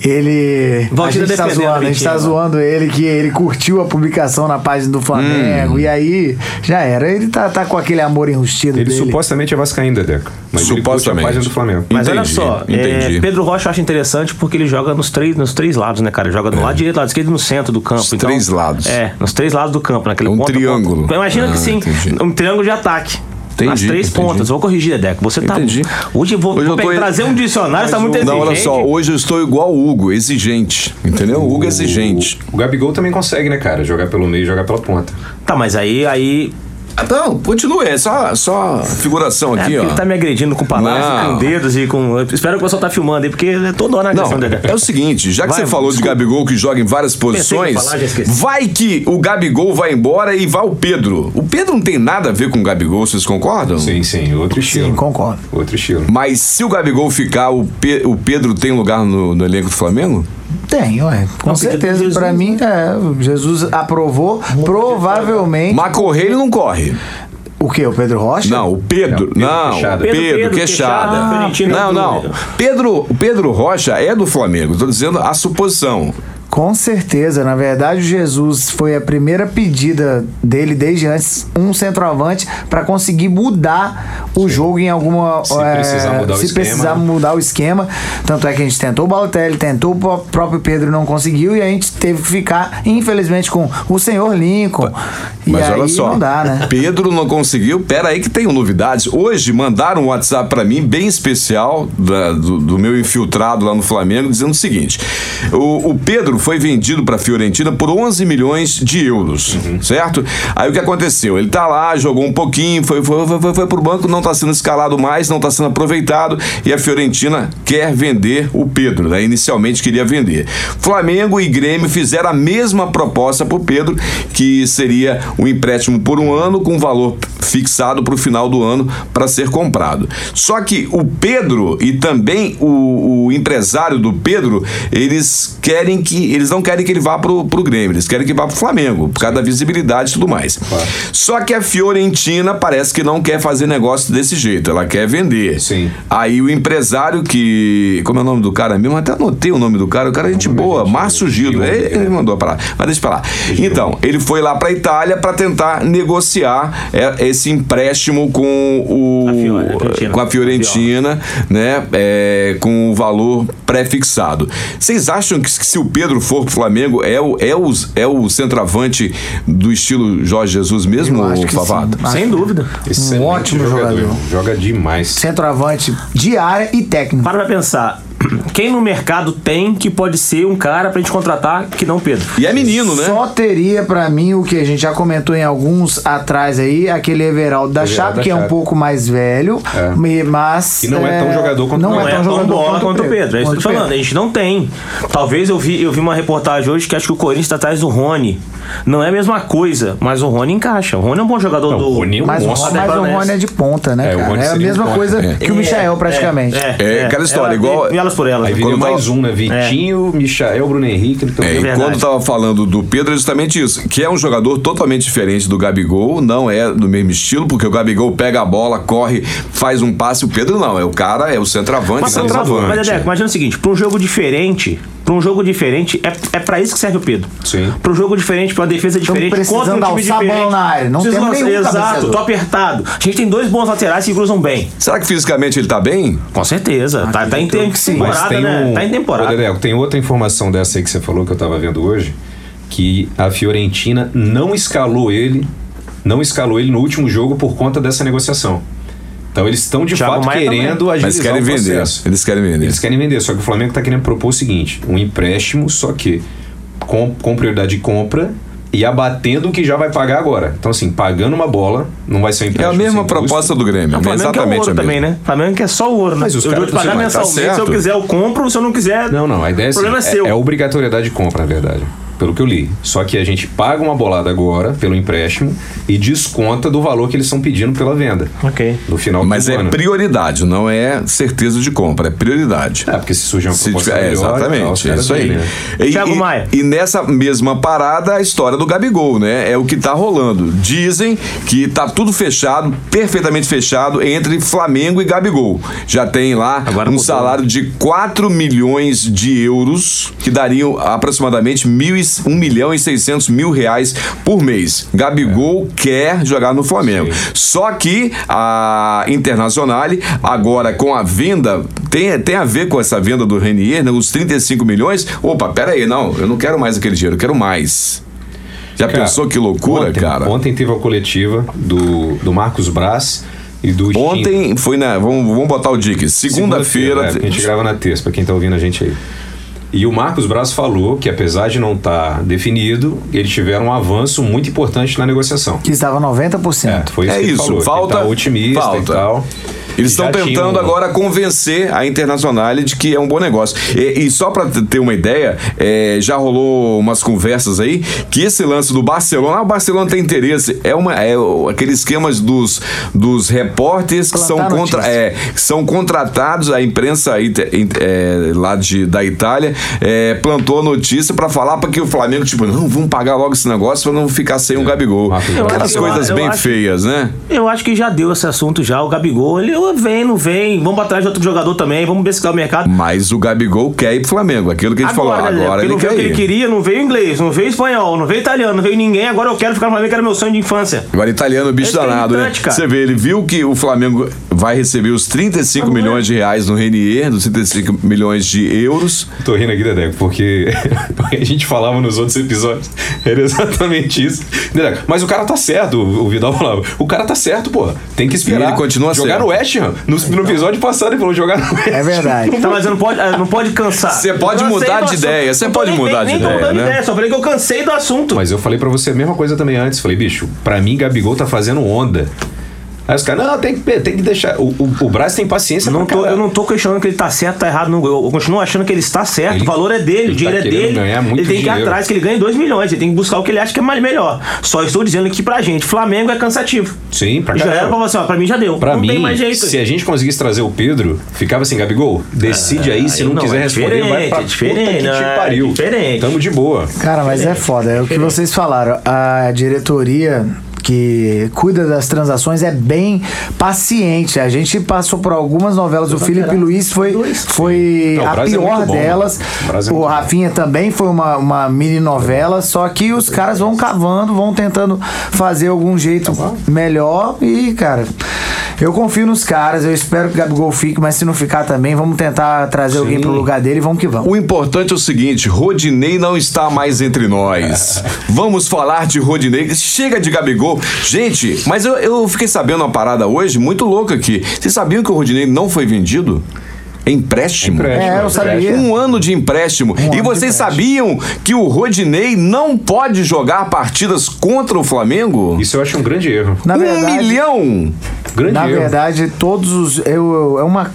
[SPEAKER 4] ele.
[SPEAKER 5] Valdir
[SPEAKER 4] a gente tá
[SPEAKER 5] defendendo
[SPEAKER 4] zoando,
[SPEAKER 5] o
[SPEAKER 4] a gente tá
[SPEAKER 5] Vitinho,
[SPEAKER 4] zoando ele, que ele curtiu a publicação na página do Flamengo.
[SPEAKER 5] Hum.
[SPEAKER 4] E aí, já era. Ele tá, tá com aquele amor enrustido
[SPEAKER 3] Ele
[SPEAKER 4] dele.
[SPEAKER 3] supostamente é vascaíno, Deca. Mas
[SPEAKER 1] Supostamente.
[SPEAKER 3] ele curte a página do Flamengo.
[SPEAKER 5] Mas olha
[SPEAKER 1] Entendi,
[SPEAKER 5] só, é,
[SPEAKER 1] entendi.
[SPEAKER 5] Pedro Rocha eu acho interessante porque ele joga nos três, nos três lados, né, cara? Ele Joga do lado direito, lado esquerdo e no centro do campo.
[SPEAKER 1] Os É. três lados.
[SPEAKER 5] É, nos três lados do campo, naquele
[SPEAKER 1] É um
[SPEAKER 5] ponta,
[SPEAKER 1] triângulo.
[SPEAKER 5] ponta. Então, Imagina
[SPEAKER 1] Ah,
[SPEAKER 5] que sim,
[SPEAKER 1] entendi.
[SPEAKER 5] um triângulo de ataque.
[SPEAKER 1] Entendi,
[SPEAKER 5] As três
[SPEAKER 1] entendi.
[SPEAKER 5] pontas. Vou corrigir, Deco. Você tá.
[SPEAKER 1] Entendi.
[SPEAKER 5] Hoje eu vou,
[SPEAKER 1] Hoje
[SPEAKER 5] vou
[SPEAKER 1] eu tô-
[SPEAKER 5] pe- trazer um dicionário, você tá muito
[SPEAKER 1] Não,
[SPEAKER 5] exigente.
[SPEAKER 1] olha só, hoje eu estou igual o Hugo, exigente. Entendeu? O Hugo é exigente.
[SPEAKER 3] O Gabigol também consegue, né, cara? Jogar pelo meio, jogar pela ponta.
[SPEAKER 5] Tá, mas aí, aí.
[SPEAKER 1] Então, continue, é só, só figuração
[SPEAKER 5] É
[SPEAKER 1] aqui,
[SPEAKER 5] porque
[SPEAKER 1] ó.
[SPEAKER 5] ele tá me agredindo com palavras,
[SPEAKER 1] Não.
[SPEAKER 5] com dedos e com. eu Espero que o pessoal tá filmando aí, porque é toda hora a
[SPEAKER 1] Não,
[SPEAKER 5] agressão, Dedé.
[SPEAKER 1] é o seguinte, já que
[SPEAKER 5] Vai,
[SPEAKER 1] você falou
[SPEAKER 5] desculpa.
[SPEAKER 1] de Gabigol que joga em várias
[SPEAKER 5] em
[SPEAKER 1] posições,
[SPEAKER 5] falar, já esqueci.
[SPEAKER 1] vai que o Gabigol vai embora e vai o Pedro. O Pedro não tem nada a ver com o Gabigol, vocês concordam?
[SPEAKER 3] Sim, sim. Outro estilo.
[SPEAKER 4] Sim, concordo.
[SPEAKER 3] Outro estilo.
[SPEAKER 1] Mas se o Gabigol ficar, o, Pe- o Pedro tem lugar no, no elenco do Flamengo?
[SPEAKER 4] Tem, ué. Com
[SPEAKER 5] Não, porque
[SPEAKER 4] certeza.
[SPEAKER 5] Jesus-
[SPEAKER 4] Pra mim, é, Jesus aprovou, provavelmente.
[SPEAKER 1] Mas correr ele não corre.
[SPEAKER 4] O quê? O Pedro Rocha?
[SPEAKER 1] Não, o Pedro.
[SPEAKER 3] Não, Pedro
[SPEAKER 1] Não,
[SPEAKER 3] Queixada.
[SPEAKER 1] Pedro,
[SPEAKER 5] Pedro, Pedro,
[SPEAKER 1] queixada.
[SPEAKER 5] Queixada, Florentino
[SPEAKER 1] não, não.
[SPEAKER 5] Antônio.
[SPEAKER 1] Pedro, o Pedro Rocha é do Flamengo. Estou dizendo a suposição.
[SPEAKER 4] Com certeza. Na verdade, o Jesus foi a primeira pedida dele desde antes, um centroavante, pra conseguir mudar o jogo em alguma. é,
[SPEAKER 3] Se precisar mudar o
[SPEAKER 4] se
[SPEAKER 3] esquema,
[SPEAKER 4] precisar
[SPEAKER 3] né?
[SPEAKER 4] mudar o esquema. Tanto é que a gente tentou o Balotelli, tentou o pró- próprio Pedro não conseguiu e a gente teve que ficar, infelizmente, com o senhor Lincoln. E
[SPEAKER 1] Mas olha
[SPEAKER 4] aí
[SPEAKER 1] só,
[SPEAKER 4] não dá, né?
[SPEAKER 1] Pedro não conseguiu. Pera aí que tem novidades. Hoje mandaram um WhatsApp pra mim bem especial da- do, do meu infiltrado lá no Flamengo dizendo o seguinte: o, o Pedro foi vendido pra Fiorentina por 11 milhões de euros, certo? Aí o que aconteceu? Ele tá lá, jogou um pouquinho, foi, foi, foi, foi, foi pro banco, não tá sendo escalado mais, não tá sendo aproveitado e a Fiorentina quer vender o Pedro, né? Inicialmente queria vender. Flamengo e Grêmio fizeram a mesma proposta pro Pedro, que seria um empréstimo por um ano com valor fixado para o final do ano para ser comprado. Só que o Pedro e também o, o empresário do Pedro, eles querem que eles não querem que ele vá pro, pro Grêmio, eles querem que vá pro Flamengo por causa da visibilidade e tudo mais. Só que a Fiorentina parece que não quer fazer negócio desse jeito, ela quer vender.
[SPEAKER 3] Sim.
[SPEAKER 1] Aí o empresário que. Como é o nome do cara mesmo? Até anotei o nome do cara. O cara é gente boa, Márcio Gilo. Ele, ele mandou pra lá. Mas deixa pra lá. Então, ele foi lá pra Itália pra tentar negociar é, esse empréstimo com o.
[SPEAKER 5] A Fiore- a Fiorentina.
[SPEAKER 1] com a Fiorentina, né? É, com o valor pré-fixado. Vocês acham que se o Pedro for pro Flamengo, é o, é o, é o centroavante do estilo Jorge Jesus mesmo,
[SPEAKER 4] Eu acho que sim.
[SPEAKER 1] Favato?
[SPEAKER 4] Acho
[SPEAKER 5] Sem
[SPEAKER 4] que-
[SPEAKER 5] dúvida.
[SPEAKER 3] Excelente
[SPEAKER 4] ótimo jogador.
[SPEAKER 3] irmão. Joga demais.
[SPEAKER 4] Centroavante de área e técnico.
[SPEAKER 5] Para pra pensar. Quem no mercado tem que pode ser um cara pra gente contratar que não Pedro?
[SPEAKER 1] E é menino, né?
[SPEAKER 4] Só teria pra mim o que a gente já comentou em alguns atrás aí, aquele Everaldo da
[SPEAKER 3] Everaldo
[SPEAKER 4] Chape,
[SPEAKER 3] da
[SPEAKER 4] que é um
[SPEAKER 3] Chape.
[SPEAKER 4] pouco mais velho, me- mas.
[SPEAKER 3] E não é tão jogador quanto-
[SPEAKER 4] não,
[SPEAKER 5] Não, é,
[SPEAKER 4] tão
[SPEAKER 5] tão
[SPEAKER 4] jogador
[SPEAKER 5] bola
[SPEAKER 4] quanto
[SPEAKER 5] quanto o Pedro. É isso que eu tô
[SPEAKER 4] Quanto o
[SPEAKER 5] falando. A gente não tem. Talvez eu vi, eu vi uma reportagem hoje que acho que o Corinthians tá atrás do Rony. Não é a mesma coisa, mas o Rony encaixa. O Rony é um bom jogador
[SPEAKER 3] Não,
[SPEAKER 5] do.
[SPEAKER 3] o Rony é um
[SPEAKER 4] Mas, o-
[SPEAKER 3] monstro.
[SPEAKER 5] da
[SPEAKER 4] mas o
[SPEAKER 5] Ibanez.
[SPEAKER 4] Rony é de ponta, né?
[SPEAKER 3] É, o
[SPEAKER 4] cara?
[SPEAKER 3] Rony
[SPEAKER 4] É a
[SPEAKER 3] seria
[SPEAKER 4] mesma
[SPEAKER 3] de ponta,
[SPEAKER 4] coisa
[SPEAKER 1] é.
[SPEAKER 4] que o Michael, praticamente.
[SPEAKER 1] É aquela história,
[SPEAKER 5] Ela-
[SPEAKER 1] igual-
[SPEAKER 5] e elas por elas.
[SPEAKER 3] Aí
[SPEAKER 5] né?
[SPEAKER 1] quando
[SPEAKER 3] viria
[SPEAKER 1] eu tava-
[SPEAKER 3] mais um, né? Vitinho, Michael, Bruno Henrique. Então,
[SPEAKER 1] É, e
[SPEAKER 5] Verdade.
[SPEAKER 1] quando tava falando do Pedro, é justamente isso. Que é um jogador totalmente diferente do Gabigol, não é do mesmo estilo, porque o Gabigol pega a bola, corre, faz um passe, o Pedro não. É o cara, é o centroavante,
[SPEAKER 5] Mas, por favor,
[SPEAKER 1] centroavante.
[SPEAKER 5] mas Dedeco, imagina o seguinte, pra um jogo diferente, pra um jogo diferente, é, é pra isso que serve o Pedro.
[SPEAKER 3] Sim.
[SPEAKER 5] Pra um jogo diferente, pra uma defesa diferente,
[SPEAKER 4] precisando
[SPEAKER 5] contra um time
[SPEAKER 4] alçar a bola
[SPEAKER 5] diferente.
[SPEAKER 4] na área, não
[SPEAKER 5] Precisa
[SPEAKER 4] temos
[SPEAKER 5] lançar-
[SPEAKER 4] nenhum
[SPEAKER 5] Exato,
[SPEAKER 4] cabeceador.
[SPEAKER 5] tô apertado. A gente tem dois bons laterais que cruzam bem.
[SPEAKER 1] Será que fisicamente ele tá bem?
[SPEAKER 5] Com certeza.
[SPEAKER 4] Ah,
[SPEAKER 5] tá, tá em tem-
[SPEAKER 3] Mas
[SPEAKER 5] temporada,
[SPEAKER 3] tem
[SPEAKER 5] né?
[SPEAKER 3] um...
[SPEAKER 5] Tá em temporada.
[SPEAKER 3] Ô, Dedeco, tem outra informação dessa aí que você falou que eu tava vendo hoje, que a Fiorentina não escalou ele, não escalou ele no último jogo por conta dessa negociação. Então eles estão de
[SPEAKER 5] Thiago
[SPEAKER 3] fato
[SPEAKER 5] Maia
[SPEAKER 3] querendo
[SPEAKER 5] também.
[SPEAKER 1] Mas
[SPEAKER 3] agilizar
[SPEAKER 1] querem
[SPEAKER 3] o
[SPEAKER 1] vender.
[SPEAKER 3] um processo.
[SPEAKER 1] Eles querem vender.
[SPEAKER 3] Eles querem vender, só que o Flamengo está querendo propor o seguinte: um empréstimo, só que com, com prioridade de compra e abatendo o que já vai pagar agora. Então, assim, pagando uma bola, não vai ser um
[SPEAKER 1] É a
[SPEAKER 3] empréstimo.
[SPEAKER 1] mesma
[SPEAKER 3] sem
[SPEAKER 1] proposta do Grêmio.
[SPEAKER 5] O
[SPEAKER 1] é
[SPEAKER 5] Flamengo quer o
[SPEAKER 1] exatamente
[SPEAKER 5] ouro
[SPEAKER 1] a mesma.
[SPEAKER 5] também, né? O Flamengo quer só o ouro, né?
[SPEAKER 3] Mas os
[SPEAKER 5] eu
[SPEAKER 3] caras-
[SPEAKER 5] vou te pagar
[SPEAKER 1] Sim, mas tá
[SPEAKER 5] mensalmente. se eu
[SPEAKER 1] certo.
[SPEAKER 5] quiser, eu compro. Se eu não quiser.
[SPEAKER 3] Não, não, a ideia é,
[SPEAKER 5] O problema
[SPEAKER 3] assim,
[SPEAKER 5] é seu.
[SPEAKER 3] obrigatoriedade de compra, na verdade. pelo que eu li. Só que a gente paga uma bolada agora pelo empréstimo e desconta do valor que eles estão pedindo pela venda.
[SPEAKER 5] Ok.
[SPEAKER 3] No final
[SPEAKER 1] Mas
[SPEAKER 3] do
[SPEAKER 1] é
[SPEAKER 3] ano.
[SPEAKER 1] prioridade, não é certeza de compra, é prioridade.
[SPEAKER 3] É, porque se surge uma
[SPEAKER 1] Se
[SPEAKER 3] proposta
[SPEAKER 1] tiver- é,
[SPEAKER 3] melhor, tal, os
[SPEAKER 1] exatamente, é
[SPEAKER 3] caras
[SPEAKER 1] isso aí.
[SPEAKER 3] vendem, né?
[SPEAKER 1] E,
[SPEAKER 5] Thiago
[SPEAKER 1] e-
[SPEAKER 5] Maia.
[SPEAKER 1] e nessa mesma parada, a história do Gabigol, né? É o que tá rolando. Dizem que tá tudo fechado, perfeitamente fechado, entre Flamengo e Gabigol. Já tem lá
[SPEAKER 5] Agora
[SPEAKER 1] um
[SPEAKER 3] né?
[SPEAKER 5] mudou,
[SPEAKER 1] salário de 4 milhões de euros, que dariam aproximadamente mil e, 1 milhão e 600 mil reais por mês.
[SPEAKER 3] É.
[SPEAKER 1] Gabigol quer jogar no Flamengo. Só que a Internacional, agora com a venda, tem, tem a ver com essa venda do Renier, né? os 35 milhões. Opa, peraí, não, eu não quero mais aquele dinheiro, eu quero mais. Já
[SPEAKER 3] Cara,
[SPEAKER 1] pensou que loucura,
[SPEAKER 3] ontem,
[SPEAKER 1] cara?
[SPEAKER 3] Ontem teve a coletiva do, do Marcos Braz e do Stinga.
[SPEAKER 1] Ontem foi na. Vamos, vamos botar o dique. Segunda-feira.
[SPEAKER 3] é, porque a gente grava na terça, pra quem tá ouvindo a gente aí. E o Marcos Braz falou que, apesar de não estar definido, eles tiveram um avanço muito importante na negociação.
[SPEAKER 4] Que estava 90%.
[SPEAKER 3] É, foi isso
[SPEAKER 1] é
[SPEAKER 3] que ele
[SPEAKER 1] isso,
[SPEAKER 3] falou, que
[SPEAKER 1] falta-
[SPEAKER 3] ele tá otimista e
[SPEAKER 1] falta.
[SPEAKER 3] tal.
[SPEAKER 1] Eles
[SPEAKER 3] E
[SPEAKER 1] estão
[SPEAKER 3] já tinha
[SPEAKER 1] tentando
[SPEAKER 3] um-
[SPEAKER 1] agora convencer a Internacional de que é um bom negócio. E, e só para ter uma ideia, é, já rolou umas conversas aí que esse lance do Barcelona, ah, o Barcelona tem interesse, é uma é o- aqueles esquemas dos, dos repórteres que são,
[SPEAKER 4] Plantar
[SPEAKER 1] contra,
[SPEAKER 4] notícia.
[SPEAKER 1] é, que são contratados, a imprensa ita- in- é, lá de, da Itália é, plantou a notícia para falar para que o Flamengo, tipo, não, vamos pagar logo esse negócio para não ficar
[SPEAKER 3] É,
[SPEAKER 1] sem o Gabigol.
[SPEAKER 3] Marcos Braz.
[SPEAKER 1] Aquelas
[SPEAKER 5] Eu acho-
[SPEAKER 1] coisas
[SPEAKER 5] eu
[SPEAKER 1] bem
[SPEAKER 5] acho-
[SPEAKER 1] feias, né?
[SPEAKER 5] Eu acho que já deu esse assunto já. O Gabigol, ele "Eu, vem, não vem. Vamos atrás de outro jogador também. Vamos pescar o mercado.
[SPEAKER 1] Mas o Gabigol quer ir pro Flamengo. Aquilo que a gente falou,
[SPEAKER 5] né,
[SPEAKER 1] agora
[SPEAKER 5] porque
[SPEAKER 1] ele
[SPEAKER 5] não veio o
[SPEAKER 1] quer
[SPEAKER 5] que ele
[SPEAKER 1] ir.
[SPEAKER 5] queria, não veio inglês, não veio espanhol, não veio italiano, não veio ninguém. Agora eu quero ficar no Flamengo, que era meu sonho de infância.
[SPEAKER 1] Agora, italiano, bicho
[SPEAKER 5] Esse é
[SPEAKER 1] danado, né?
[SPEAKER 5] irritante, cara.
[SPEAKER 1] Você vê, ele viu que o Flamengo vai receber os 35
[SPEAKER 5] Tá
[SPEAKER 1] milhões de
[SPEAKER 5] né?
[SPEAKER 1] reais no Renier, dos 35 milhões de euros.
[SPEAKER 3] Tô rindo aqui, Dedeco, porque a gente falava nos outros episódios. Era exatamente isso. Dedeco, mas o cara tá certo, o o Vidal falava. O cara tá certo, pô. Tem que esperar.
[SPEAKER 1] E ele continua certo.
[SPEAKER 3] Jogar
[SPEAKER 1] Então.
[SPEAKER 3] no West Ham. No, no episódio passado ele falou jogar no West Ham.
[SPEAKER 4] É verdade.
[SPEAKER 5] Tá, mas eu não pode, eh, não pode cansar.
[SPEAKER 1] Você pode
[SPEAKER 5] Eu cansei
[SPEAKER 1] mudar
[SPEAKER 5] do
[SPEAKER 1] de
[SPEAKER 5] assunto.
[SPEAKER 1] ideia, você
[SPEAKER 5] Não tô
[SPEAKER 1] pode
[SPEAKER 5] nem-
[SPEAKER 1] mudar
[SPEAKER 5] nem
[SPEAKER 1] de
[SPEAKER 5] tô
[SPEAKER 1] ideia,
[SPEAKER 5] mudando
[SPEAKER 1] né?
[SPEAKER 5] Só falei que eu cansei do assunto.
[SPEAKER 3] Mas eu falei pra você a mesma coisa também antes. Falei, bicho, pra mim Gabigol tá fazendo onda. Aí os caras, não, tem que, tem que deixar. O, o, o Braz tem paciência
[SPEAKER 5] Não
[SPEAKER 3] pra
[SPEAKER 5] tô-
[SPEAKER 3] caralho.
[SPEAKER 5] eu não tô questionando que ele tá certo, tá errado. Não, eu eu continuo achando que ele está certo.
[SPEAKER 3] Ele-
[SPEAKER 5] o valor é dele,
[SPEAKER 3] ele
[SPEAKER 5] o dinheiro
[SPEAKER 3] tá
[SPEAKER 5] é
[SPEAKER 3] querendo
[SPEAKER 5] dele.
[SPEAKER 3] ganhar muito
[SPEAKER 5] ele tem que ir
[SPEAKER 3] dinheiro.
[SPEAKER 5] atrás, que ele ganhe 2 milhões. Ele tem que buscar o que ele acha que é mais melhor. Só estou dizendo que pra gente, Flamengo é cansativo.
[SPEAKER 3] Sim, pra
[SPEAKER 5] já
[SPEAKER 3] caralho.
[SPEAKER 5] era pra você, ó, pra mim já deu.
[SPEAKER 3] Pra
[SPEAKER 5] não
[SPEAKER 3] mim,
[SPEAKER 5] tem mais jeito.
[SPEAKER 3] se a gente conseguisse trazer o Pedro, ficava assim, Gabigol, decide aí, se
[SPEAKER 5] aí
[SPEAKER 3] não,
[SPEAKER 5] não,
[SPEAKER 3] quiser
[SPEAKER 5] é
[SPEAKER 3] responder, vai
[SPEAKER 5] diferente,
[SPEAKER 3] pra
[SPEAKER 5] é diferente,
[SPEAKER 3] puta que
[SPEAKER 5] não,
[SPEAKER 3] te
[SPEAKER 5] é
[SPEAKER 3] pariu.
[SPEAKER 5] diferente.
[SPEAKER 3] Tamo de boa.
[SPEAKER 4] Cara, mas é foda. É o que vocês falaram. A diretoria que cuida das transações é bem paciente. A gente passou por algumas novelas. O Tá Felipe Luiz foi, foi
[SPEAKER 3] Não, o
[SPEAKER 4] a
[SPEAKER 3] Brasil é
[SPEAKER 4] pior
[SPEAKER 3] muito bom,
[SPEAKER 4] delas.
[SPEAKER 3] mano. O Brasil é
[SPEAKER 4] O
[SPEAKER 3] muito bom.
[SPEAKER 4] Rafinha também foi uma, uma mini novela. Só que os caras vão cavando, vão tentando fazer algum jeito
[SPEAKER 3] Tá
[SPEAKER 4] melhor. E, cara. Eu confio nos caras, eu espero que o Gabigol fique, mas se não ficar também, vamos tentar trazer alguém pro lugar dele e vamos que vamos.
[SPEAKER 1] O importante é o seguinte: Rodinei não está mais entre nós. Vamos falar de Rodinei. Chega de Gabigol. Gente, mas eu, eu fiquei sabendo uma parada hoje muito louca aqui. Vocês sabiam que o Rodinei não foi vendido? É empréstimo.
[SPEAKER 4] É, eu sabia.
[SPEAKER 1] Um ano de empréstimo. e
[SPEAKER 4] Um de
[SPEAKER 1] vocês sabiam que o Rodinei não pode jogar partidas contra o Flamengo?
[SPEAKER 3] Isso eu acho um grande erro.
[SPEAKER 4] Na
[SPEAKER 1] um
[SPEAKER 4] verdade,
[SPEAKER 1] milhão!
[SPEAKER 3] Grande
[SPEAKER 4] Na
[SPEAKER 3] erro.
[SPEAKER 4] verdade, todos os. Eu, eu- é uma,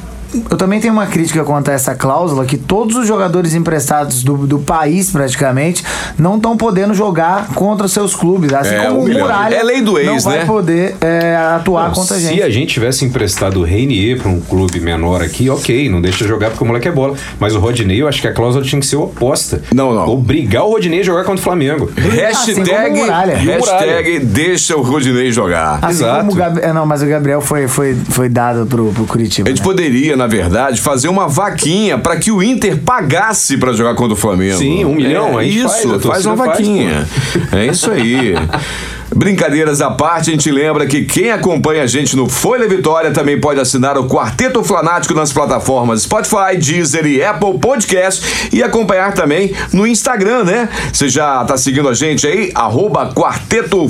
[SPEAKER 4] eu também tenho uma crítica contra essa cláusula que todos os jogadores emprestados do, do país, praticamente, não estão podendo jogar contra os seus clubes. Assim
[SPEAKER 1] É,
[SPEAKER 4] como
[SPEAKER 1] um
[SPEAKER 4] o
[SPEAKER 1] milhão.
[SPEAKER 4] Muralha
[SPEAKER 1] É lei do
[SPEAKER 4] não
[SPEAKER 1] ex,
[SPEAKER 4] vai
[SPEAKER 1] né? é
[SPEAKER 4] poder é, atuar contra a
[SPEAKER 3] se
[SPEAKER 4] gente.
[SPEAKER 3] a gente tivesse emprestado o Reinier pra um clube menor aqui, ok, não deixa jogar porque o moleque é bola. Mas o Rodinei, eu acho que a cláusula tinha que ser oposta.
[SPEAKER 1] Não, não.
[SPEAKER 3] Obrigar o Rodinei a jogar contra o Flamengo.
[SPEAKER 1] Hashtag,
[SPEAKER 4] como o Ah, Muralha.
[SPEAKER 1] hashtag deixa o Rodinei jogar.
[SPEAKER 4] Assim
[SPEAKER 3] Exato.
[SPEAKER 4] como o Gabriel. Não, mas o Gabriel foi, foi, foi dado pro, pro Curitiba.
[SPEAKER 1] A gente
[SPEAKER 4] né?
[SPEAKER 1] poderia, na verdade, fazer uma vaquinha para que o Inter pagasse para jogar contra o Flamengo.
[SPEAKER 3] Sim, um milhão,
[SPEAKER 1] É,
[SPEAKER 3] a gente
[SPEAKER 1] isso,
[SPEAKER 3] faz, a
[SPEAKER 1] faz,
[SPEAKER 3] torcida
[SPEAKER 1] uma
[SPEAKER 3] faz,
[SPEAKER 1] vaquinha. é isso aí. Brincadeiras à parte, a gente lembra que quem acompanha a gente no Folha Vitória também pode assinar o Quarteto Flanático nas plataformas Spotify, Deezer e Apple Podcast e acompanhar também no Instagram, né? Você já tá seguindo a gente aí? Arroba Quarteto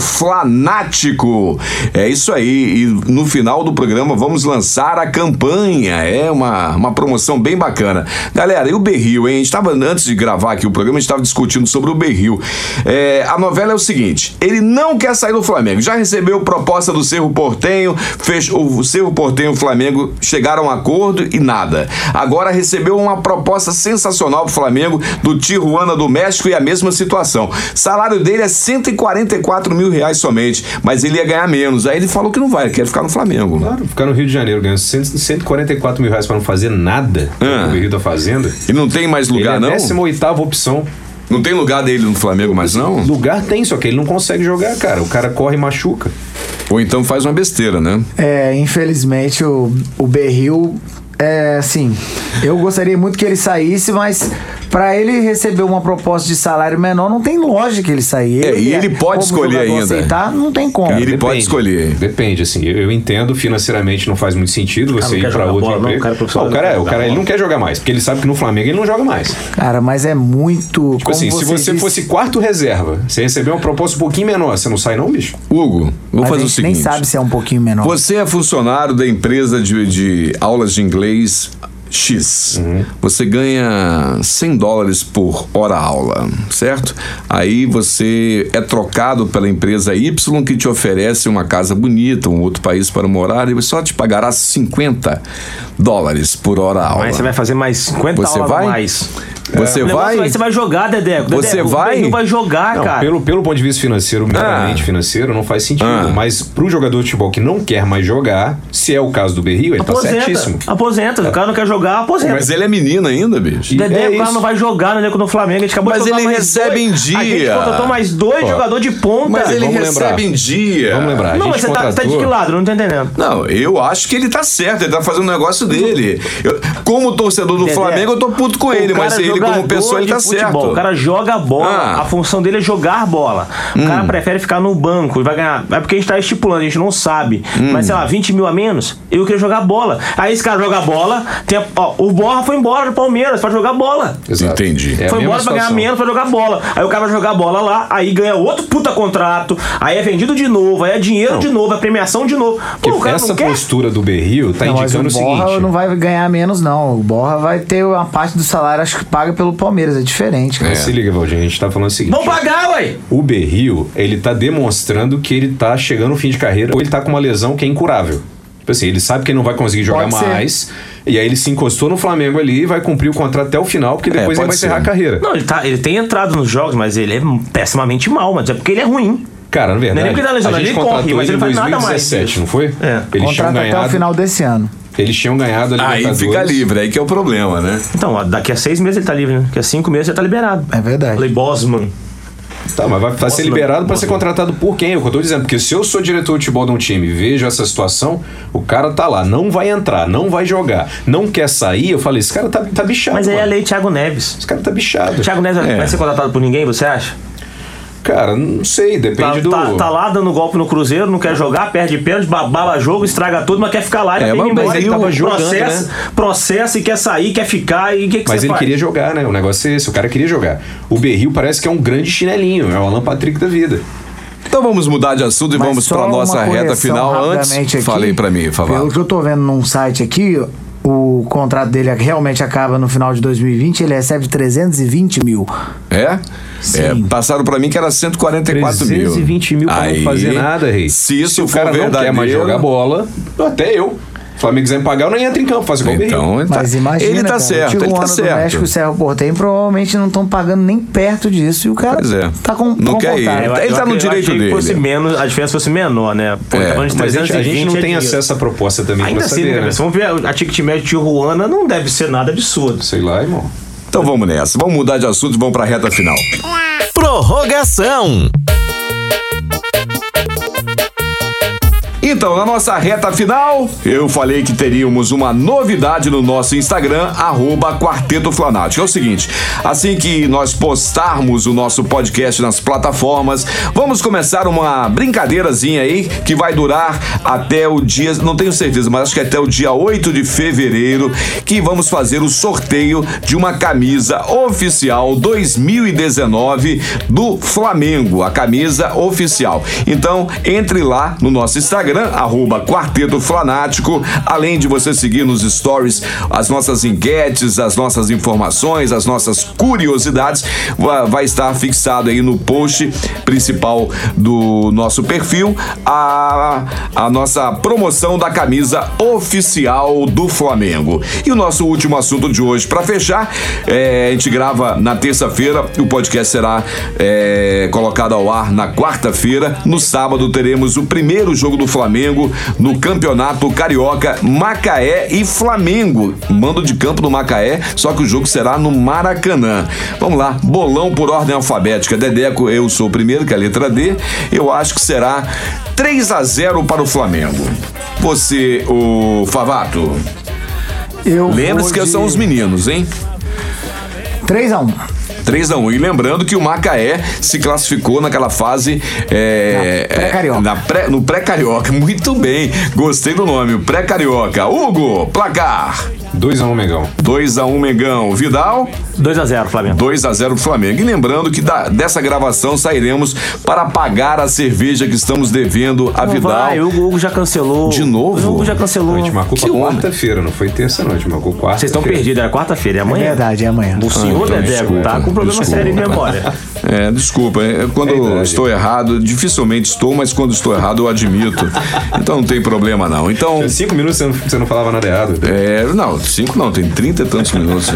[SPEAKER 1] Flanático. É isso aí. E no final do programa vamos lançar a campanha. É uma, uma promoção bem bacana. Galera, e o Berril, hein? A gente tava, antes de gravar aqui o programa, a gente estava discutindo sobre o Berril. É, a novela é o seguinte: ele não quer quer sair do Flamengo. Já recebeu proposta do Cerro Portenho, fez, o Cerro Portenho e o Flamengo chegaram a acordo e nada. Agora recebeu uma proposta sensacional pro Flamengo do Tijuana do México e a mesma situação. Salário dele é 144 mil reais somente, mas ele ia ganhar menos. Aí ele falou que não vai, ele quer ficar no Flamengo. né?
[SPEAKER 3] Claro, ficar no Rio de Janeiro ganhando 100 144 mil reais pra não fazer nada,
[SPEAKER 1] Ah.
[SPEAKER 3] como o Rio tá fazendo.
[SPEAKER 1] E não tem mais lugar,
[SPEAKER 3] ele é
[SPEAKER 1] não?
[SPEAKER 3] a 18 opção.
[SPEAKER 1] Não tem lugar dele no Flamengo mais, não?
[SPEAKER 3] Lugar tem, só que ele não consegue jogar, cara. O cara corre e machuca.
[SPEAKER 1] Ou então faz uma besteira, né?
[SPEAKER 4] É, infelizmente o, o Berril é assim. Eu gostaria muito que ele saísse, mas pra ele receber uma proposta de salário menor, não tem lógica ele sair.
[SPEAKER 1] É, e ele pode
[SPEAKER 4] como
[SPEAKER 1] escolher
[SPEAKER 4] jogador,
[SPEAKER 1] ainda.
[SPEAKER 4] Aceitar, não tem como.
[SPEAKER 1] E ele pode escolher.
[SPEAKER 3] Depende, assim. Eu, eu entendo, financeiramente não faz muito sentido você
[SPEAKER 5] não
[SPEAKER 3] ir pra
[SPEAKER 5] quer jogar
[SPEAKER 3] outro
[SPEAKER 5] bola, não,
[SPEAKER 3] emprego.
[SPEAKER 5] o cara é profissional,
[SPEAKER 3] Ah, o cara,
[SPEAKER 5] não
[SPEAKER 3] é,
[SPEAKER 5] quer
[SPEAKER 3] o cara
[SPEAKER 5] jogar
[SPEAKER 3] ele
[SPEAKER 5] bola.
[SPEAKER 3] não quer jogar mais, porque ele sabe que no Flamengo ele não joga mais.
[SPEAKER 4] Cara, mas é muito.
[SPEAKER 3] Tipo assim, se você fosse quarto reserva, você receber uma proposta um pouquinho menor, você não sai não, bicho?
[SPEAKER 1] Hugo, vou
[SPEAKER 4] Mas
[SPEAKER 1] fazer
[SPEAKER 4] a
[SPEAKER 1] o
[SPEAKER 4] gente
[SPEAKER 1] seguinte.
[SPEAKER 4] nem sabe se é um pouquinho menor.
[SPEAKER 1] Você é funcionário da empresa de, de aulas de inglês X.
[SPEAKER 4] Uhum.
[SPEAKER 1] Você ganha 100 dólares por hora aula, certo? Aí você é trocado pela empresa Y que te oferece uma casa bonita, um outro país para morar e só te pagará 50 dólares por hora aula.
[SPEAKER 5] Mas você vai fazer mais 50
[SPEAKER 1] Você
[SPEAKER 5] aulas
[SPEAKER 1] vai?
[SPEAKER 5] a mais.
[SPEAKER 1] Você
[SPEAKER 5] O negócio
[SPEAKER 1] vai?
[SPEAKER 5] Você vai jogar, Dedeco.
[SPEAKER 1] Você
[SPEAKER 5] Dedeco,
[SPEAKER 1] vai?
[SPEAKER 5] Não vai jogar,
[SPEAKER 3] Não,
[SPEAKER 5] cara. Ah.
[SPEAKER 3] pelo, pelo ponto de vista financeiro, meramente financeiro, não faz sentido.
[SPEAKER 1] Ah.
[SPEAKER 3] Mas pro jogador de futebol que não quer mais jogar, se é o caso do Berrio, ele tá certíssimo.
[SPEAKER 5] Aposenta. Aposenta. Se O cara não quer jogar, aposenta.
[SPEAKER 1] Mas ele é menino ainda, bicho.
[SPEAKER 3] E- é
[SPEAKER 5] Dedeco lá
[SPEAKER 3] isso.
[SPEAKER 5] não vai jogar né, no elenco do Flamengo. A gente acabou
[SPEAKER 1] Mas
[SPEAKER 5] de
[SPEAKER 1] ele
[SPEAKER 5] mais
[SPEAKER 1] recebe
[SPEAKER 5] dois.
[SPEAKER 1] em
[SPEAKER 5] A gente
[SPEAKER 1] dia.
[SPEAKER 5] contratou mais dois
[SPEAKER 3] Ó.
[SPEAKER 5] jogadores de ponta.
[SPEAKER 1] Mas ele
[SPEAKER 3] vamos
[SPEAKER 1] recebe
[SPEAKER 3] lembrar.
[SPEAKER 1] em dia.
[SPEAKER 3] Vamos lembrar, a
[SPEAKER 5] Não,
[SPEAKER 3] gente
[SPEAKER 5] mas você tá,
[SPEAKER 3] contratou...
[SPEAKER 5] tá de que lado? Eu Não tô entendendo.
[SPEAKER 1] Não, eu acho que ele tá certo, ele tá fazendo o negócio dele. Eu- como torcedor do
[SPEAKER 5] Dedé,
[SPEAKER 1] Flamengo, eu tô puto com ele,
[SPEAKER 5] O
[SPEAKER 1] mas
[SPEAKER 5] cara é
[SPEAKER 1] ele como
[SPEAKER 5] jogador
[SPEAKER 1] pessoa, ele
[SPEAKER 5] de
[SPEAKER 1] tá
[SPEAKER 5] futebol.
[SPEAKER 1] certo.
[SPEAKER 5] O cara joga a bola,
[SPEAKER 1] Ah. Hum.
[SPEAKER 5] a função dele é jogar bola. O cara prefere ficar no banco e vai ganhar. É porque a gente tá estipulando, a gente não sabe.
[SPEAKER 1] Hum.
[SPEAKER 5] Mas sei lá, 20 mil a menos, eu queria jogar bola. Aí esse cara joga bola, tem a- ó, o Borra foi embora do Palmeiras pra jogar bola.
[SPEAKER 3] Exato.
[SPEAKER 1] Entendi.
[SPEAKER 3] É a
[SPEAKER 5] foi
[SPEAKER 3] mesma
[SPEAKER 5] embora pra ganhar
[SPEAKER 3] situação.
[SPEAKER 5] menos pra jogar bola. Aí o cara vai jogar bola lá, aí ganha outro puta contrato, aí é vendido de novo, aí é dinheiro de novo, é premiação de novo. Pô, o
[SPEAKER 3] Porque
[SPEAKER 5] cara
[SPEAKER 3] essa
[SPEAKER 5] não quer.
[SPEAKER 3] postura do Berrio tá
[SPEAKER 4] Não, mas
[SPEAKER 3] indicando o,
[SPEAKER 4] o Borra
[SPEAKER 3] seguinte.
[SPEAKER 4] não vai ganhar menos, não. O Borra vai ter uma parte do salário, acho que paga pelo Palmeiras. É diferente, cara.
[SPEAKER 3] Mas Se liga, Valdir, a gente tá falando o seguinte.
[SPEAKER 5] Vão pagar, ué!
[SPEAKER 3] O Berrio, ele tá demonstrando que ele tá chegando no fim de carreira ou ele tá com uma lesão que é incurável. Tipo assim, ele sabe que ele não vai conseguir jogar
[SPEAKER 4] Pode ser.
[SPEAKER 3] mais. E aí ele se encostou no Flamengo ali e vai cumprir o contrato até o final,
[SPEAKER 5] É,
[SPEAKER 3] porque depois
[SPEAKER 1] pode
[SPEAKER 3] ele vai
[SPEAKER 1] ser.
[SPEAKER 3] encerrar a carreira.
[SPEAKER 5] Não, ele, tá, ele tem entrado nos jogos, mas ele é pessimamente mal, mas é porque ele é ruim.
[SPEAKER 3] Cara, na
[SPEAKER 5] Não é
[SPEAKER 3] verdade,
[SPEAKER 5] nem porque tá lesionado,
[SPEAKER 3] a gente
[SPEAKER 5] ele corre,
[SPEAKER 3] contratou
[SPEAKER 5] mas
[SPEAKER 3] ele
[SPEAKER 5] ele
[SPEAKER 3] em
[SPEAKER 5] faz nada mais
[SPEAKER 3] 2017,
[SPEAKER 5] disso.
[SPEAKER 3] não foi?
[SPEAKER 5] É.
[SPEAKER 3] Eles tinham
[SPEAKER 4] Contrato até o
[SPEAKER 3] ganhado,
[SPEAKER 4] final desse ano.
[SPEAKER 3] eles tinham ganhado a Libertadores.
[SPEAKER 1] Aí fica livre, aí que é o problema, né?
[SPEAKER 5] Então, ó, daqui a seis meses ele tá livre, né? Daqui a cinco meses ele tá liberado.
[SPEAKER 4] É verdade.
[SPEAKER 5] Lei Bosman.
[SPEAKER 3] Tá, mas vai, vai ser
[SPEAKER 5] Bosman,
[SPEAKER 3] liberado pra ser
[SPEAKER 5] Bosman.
[SPEAKER 3] contratado por quem? É o que eu tô dizendo, porque se eu sou diretor de futebol de um time e vejo essa situação, o cara tá lá, não vai entrar, não vai jogar, não quer sair, eu falei, esse cara tá, tá bichado.
[SPEAKER 5] Mas aí é a
[SPEAKER 3] mano.
[SPEAKER 5] lei Thiago Neves.
[SPEAKER 3] Esse cara tá bichado.
[SPEAKER 5] Thiago Neves
[SPEAKER 1] É.
[SPEAKER 5] vai ser contratado por ninguém, você acha?
[SPEAKER 3] Cara, não sei, depende
[SPEAKER 5] Tá,
[SPEAKER 3] do.
[SPEAKER 5] tá- tá lá dando golpe no Cruzeiro, não quer jogar, perde pênalti, babala jogo, estraga tudo, mas quer ficar lá.
[SPEAKER 1] É,
[SPEAKER 5] ele tá
[SPEAKER 1] mas- mas ele tava
[SPEAKER 3] tá jogando, né?
[SPEAKER 5] processa, processa e quer sair, quer ficar e o que, que
[SPEAKER 3] Mas
[SPEAKER 5] você
[SPEAKER 3] ele
[SPEAKER 5] faz?
[SPEAKER 3] queria jogar, né? O negócio é esse, o cara queria jogar. O Berril parece que é um grande chinelinho, é o Alan Patrick da vida.
[SPEAKER 1] Então vamos mudar de assunto e
[SPEAKER 4] Mas
[SPEAKER 1] vamos
[SPEAKER 4] só
[SPEAKER 1] pra
[SPEAKER 4] uma
[SPEAKER 1] nossa reta
[SPEAKER 4] correção
[SPEAKER 1] final. Antes,
[SPEAKER 4] rapidamente aqui.
[SPEAKER 1] falei pra mim, Favá.
[SPEAKER 4] Pelo que eu tô vendo num site aqui, o contrato dele realmente acaba no final de 2020, ele recebe 320 mil.
[SPEAKER 1] É?
[SPEAKER 4] Sim.
[SPEAKER 1] É, passaram pra mim que era 144 mil.
[SPEAKER 3] 320 mil pra não
[SPEAKER 1] Aí,
[SPEAKER 3] fazer nada, Rei.
[SPEAKER 1] Se isso
[SPEAKER 3] o
[SPEAKER 1] for
[SPEAKER 3] cara não
[SPEAKER 1] verdadeiro,
[SPEAKER 3] quer mais jogar bola, até eu. Se o Flamengo quiser me pagar, eu não entro em campo, faço igual o Berril.
[SPEAKER 1] Então, ele tá,
[SPEAKER 4] Mas imagina,
[SPEAKER 1] ele tá
[SPEAKER 4] cara,
[SPEAKER 1] certo,
[SPEAKER 4] o
[SPEAKER 1] ele tá
[SPEAKER 4] Tijuana do México e
[SPEAKER 1] certo.
[SPEAKER 4] o Serro Portem provavelmente não estão pagando nem perto disso. E o cara
[SPEAKER 1] Pois é.
[SPEAKER 4] tá com
[SPEAKER 1] Não
[SPEAKER 4] bom
[SPEAKER 1] quer ir.
[SPEAKER 4] contrato.
[SPEAKER 5] É, Eu-
[SPEAKER 1] Ele
[SPEAKER 5] eu
[SPEAKER 1] tá no
[SPEAKER 5] achei- eu
[SPEAKER 1] direito
[SPEAKER 5] achei que
[SPEAKER 1] dele.
[SPEAKER 5] Fosse menos, a diferença fosse menor, né? Pô,
[SPEAKER 1] É,
[SPEAKER 5] falando de
[SPEAKER 3] Mas a gente, a
[SPEAKER 5] 320
[SPEAKER 3] gente não
[SPEAKER 5] é
[SPEAKER 3] tem
[SPEAKER 5] dinheiro.
[SPEAKER 3] acesso à proposta também
[SPEAKER 5] Ainda
[SPEAKER 3] pra
[SPEAKER 5] assim,
[SPEAKER 3] saber,
[SPEAKER 5] né?
[SPEAKER 3] né?
[SPEAKER 5] Vamos ver, a ticket média de Tijuana não deve ser nada absurdo.
[SPEAKER 3] Sei lá, irmão.
[SPEAKER 1] Então vamos nessa, vamos mudar de assunto e vamos pra reta final.
[SPEAKER 2] Prorrogação.
[SPEAKER 1] Então, na nossa reta final, eu falei que teríamos uma novidade no nosso Instagram, arroba Quarteto Flanático. É o seguinte, assim que nós postarmos o nosso podcast nas plataformas, vamos começar uma brincadeirazinha aí que vai durar até o dia, não tenho certeza, mas acho que até o dia 8 de fevereiro, que vamos fazer o sorteio de uma camisa oficial 2019 do Flamengo, a camisa oficial. Então, entre lá no nosso Instagram, Instagram, arroba Quarteto Flanático, além de você seguir nos stories as nossas enquetes, as nossas informações, as nossas curiosidades, va- vai estar fixado aí no post principal do nosso perfil a, a nossa promoção da camisa oficial do Flamengo. E o nosso último assunto de hoje, para fechar, é, a gente grava na terça-feira, o podcast será é, colocado ao ar na quarta-feira. No sábado teremos o primeiro jogo do Flamengo no Campeonato Carioca, Macaé e Flamengo. Mando de campo do Macaé, só que o jogo será no Maracanã. Vamos lá, bolão por ordem alfabética. Dedeco, eu sou o primeiro, que é a letra D. Eu acho que será 3 a 0 para o Flamengo. Você, o Favato,
[SPEAKER 4] Eu
[SPEAKER 1] lembre-se
[SPEAKER 4] vou
[SPEAKER 1] que
[SPEAKER 4] de
[SPEAKER 1] são os meninos, hein?
[SPEAKER 4] 3x1.
[SPEAKER 1] 3 a 1 E lembrando que o Macaé se classificou naquela fase. é,
[SPEAKER 4] Na pré-carioca.
[SPEAKER 1] é, na pré- no pré-carioca. Muito bem. Gostei do nome, o pré-carioca. Hugo, placar.
[SPEAKER 3] 2x1, Mengão.
[SPEAKER 1] 2 a 1 Mengão. Vidal,
[SPEAKER 5] 2x0, Flamengo.
[SPEAKER 1] 2 a 0 Flamengo. E lembrando que da- dessa gravação sairemos para pagar a cerveja que estamos devendo a
[SPEAKER 5] Não
[SPEAKER 1] Vidal.
[SPEAKER 5] vai, o Hugo já cancelou.
[SPEAKER 1] De novo?
[SPEAKER 5] O Hugo já cancelou.
[SPEAKER 3] A gente marcou
[SPEAKER 1] que
[SPEAKER 3] pra
[SPEAKER 1] homem.
[SPEAKER 3] quarta-feira, não foi terça, não. A gente marcou quarta.
[SPEAKER 5] Oh, Vocês estão perdidos, era quarta-feira, é amanhã.
[SPEAKER 4] É verdade, é amanhã.
[SPEAKER 5] O senhor
[SPEAKER 1] então,
[SPEAKER 5] Dedeco
[SPEAKER 1] desculpa,
[SPEAKER 5] tá com um problema
[SPEAKER 1] desculpa.
[SPEAKER 5] sério em memória.
[SPEAKER 1] É, desculpa, é, quando
[SPEAKER 3] É
[SPEAKER 1] eu
[SPEAKER 3] verdade.
[SPEAKER 1] estou errado, dificilmente estou, mas quando estou errado eu admito. Então não tem problema não. Então
[SPEAKER 3] Cinco minutos você não, você não falava nada errado.
[SPEAKER 1] É, não, cinco não, tem trinta e tantos minutos.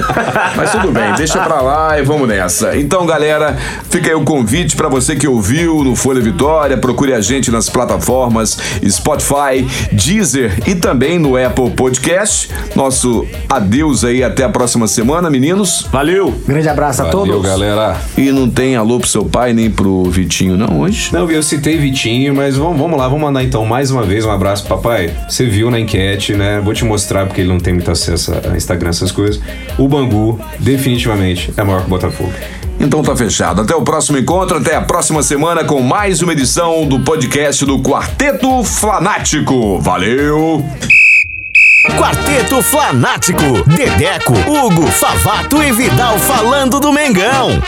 [SPEAKER 1] Mas tudo bem, deixa pra lá e vamos nessa. Então, galera, fica aí o convite pra você que ouviu no Folha Vitória, procure a gente nas plataformas Spotify, Deezer e também no Apple Podcast. Nosso adeus aí até a próxima semana, meninos.
[SPEAKER 5] Valeu!
[SPEAKER 4] Grande abraço a
[SPEAKER 3] Valeu,
[SPEAKER 4] todos.
[SPEAKER 3] galera.
[SPEAKER 1] E não tem alô pro seu pai nem pro Vitinho não hoje? né?
[SPEAKER 3] Não, eu citei Vitinho, mas vamos, vamos lá, vamos mandar então mais uma vez um abraço pro papai. Você viu na enquete, né? Vou te mostrar porque ele não tem muito acesso a Instagram, essas coisas. O Bangu, definitivamente, é maior que o Botafogo.
[SPEAKER 1] Então tá fechado. Até o próximo encontro, até a próxima semana com mais uma edição do podcast do Quarteto Fanático. Valeu!
[SPEAKER 2] Quarteto Flanático, Dedeco, Hugo, Favato e Vidal falando do Mengão.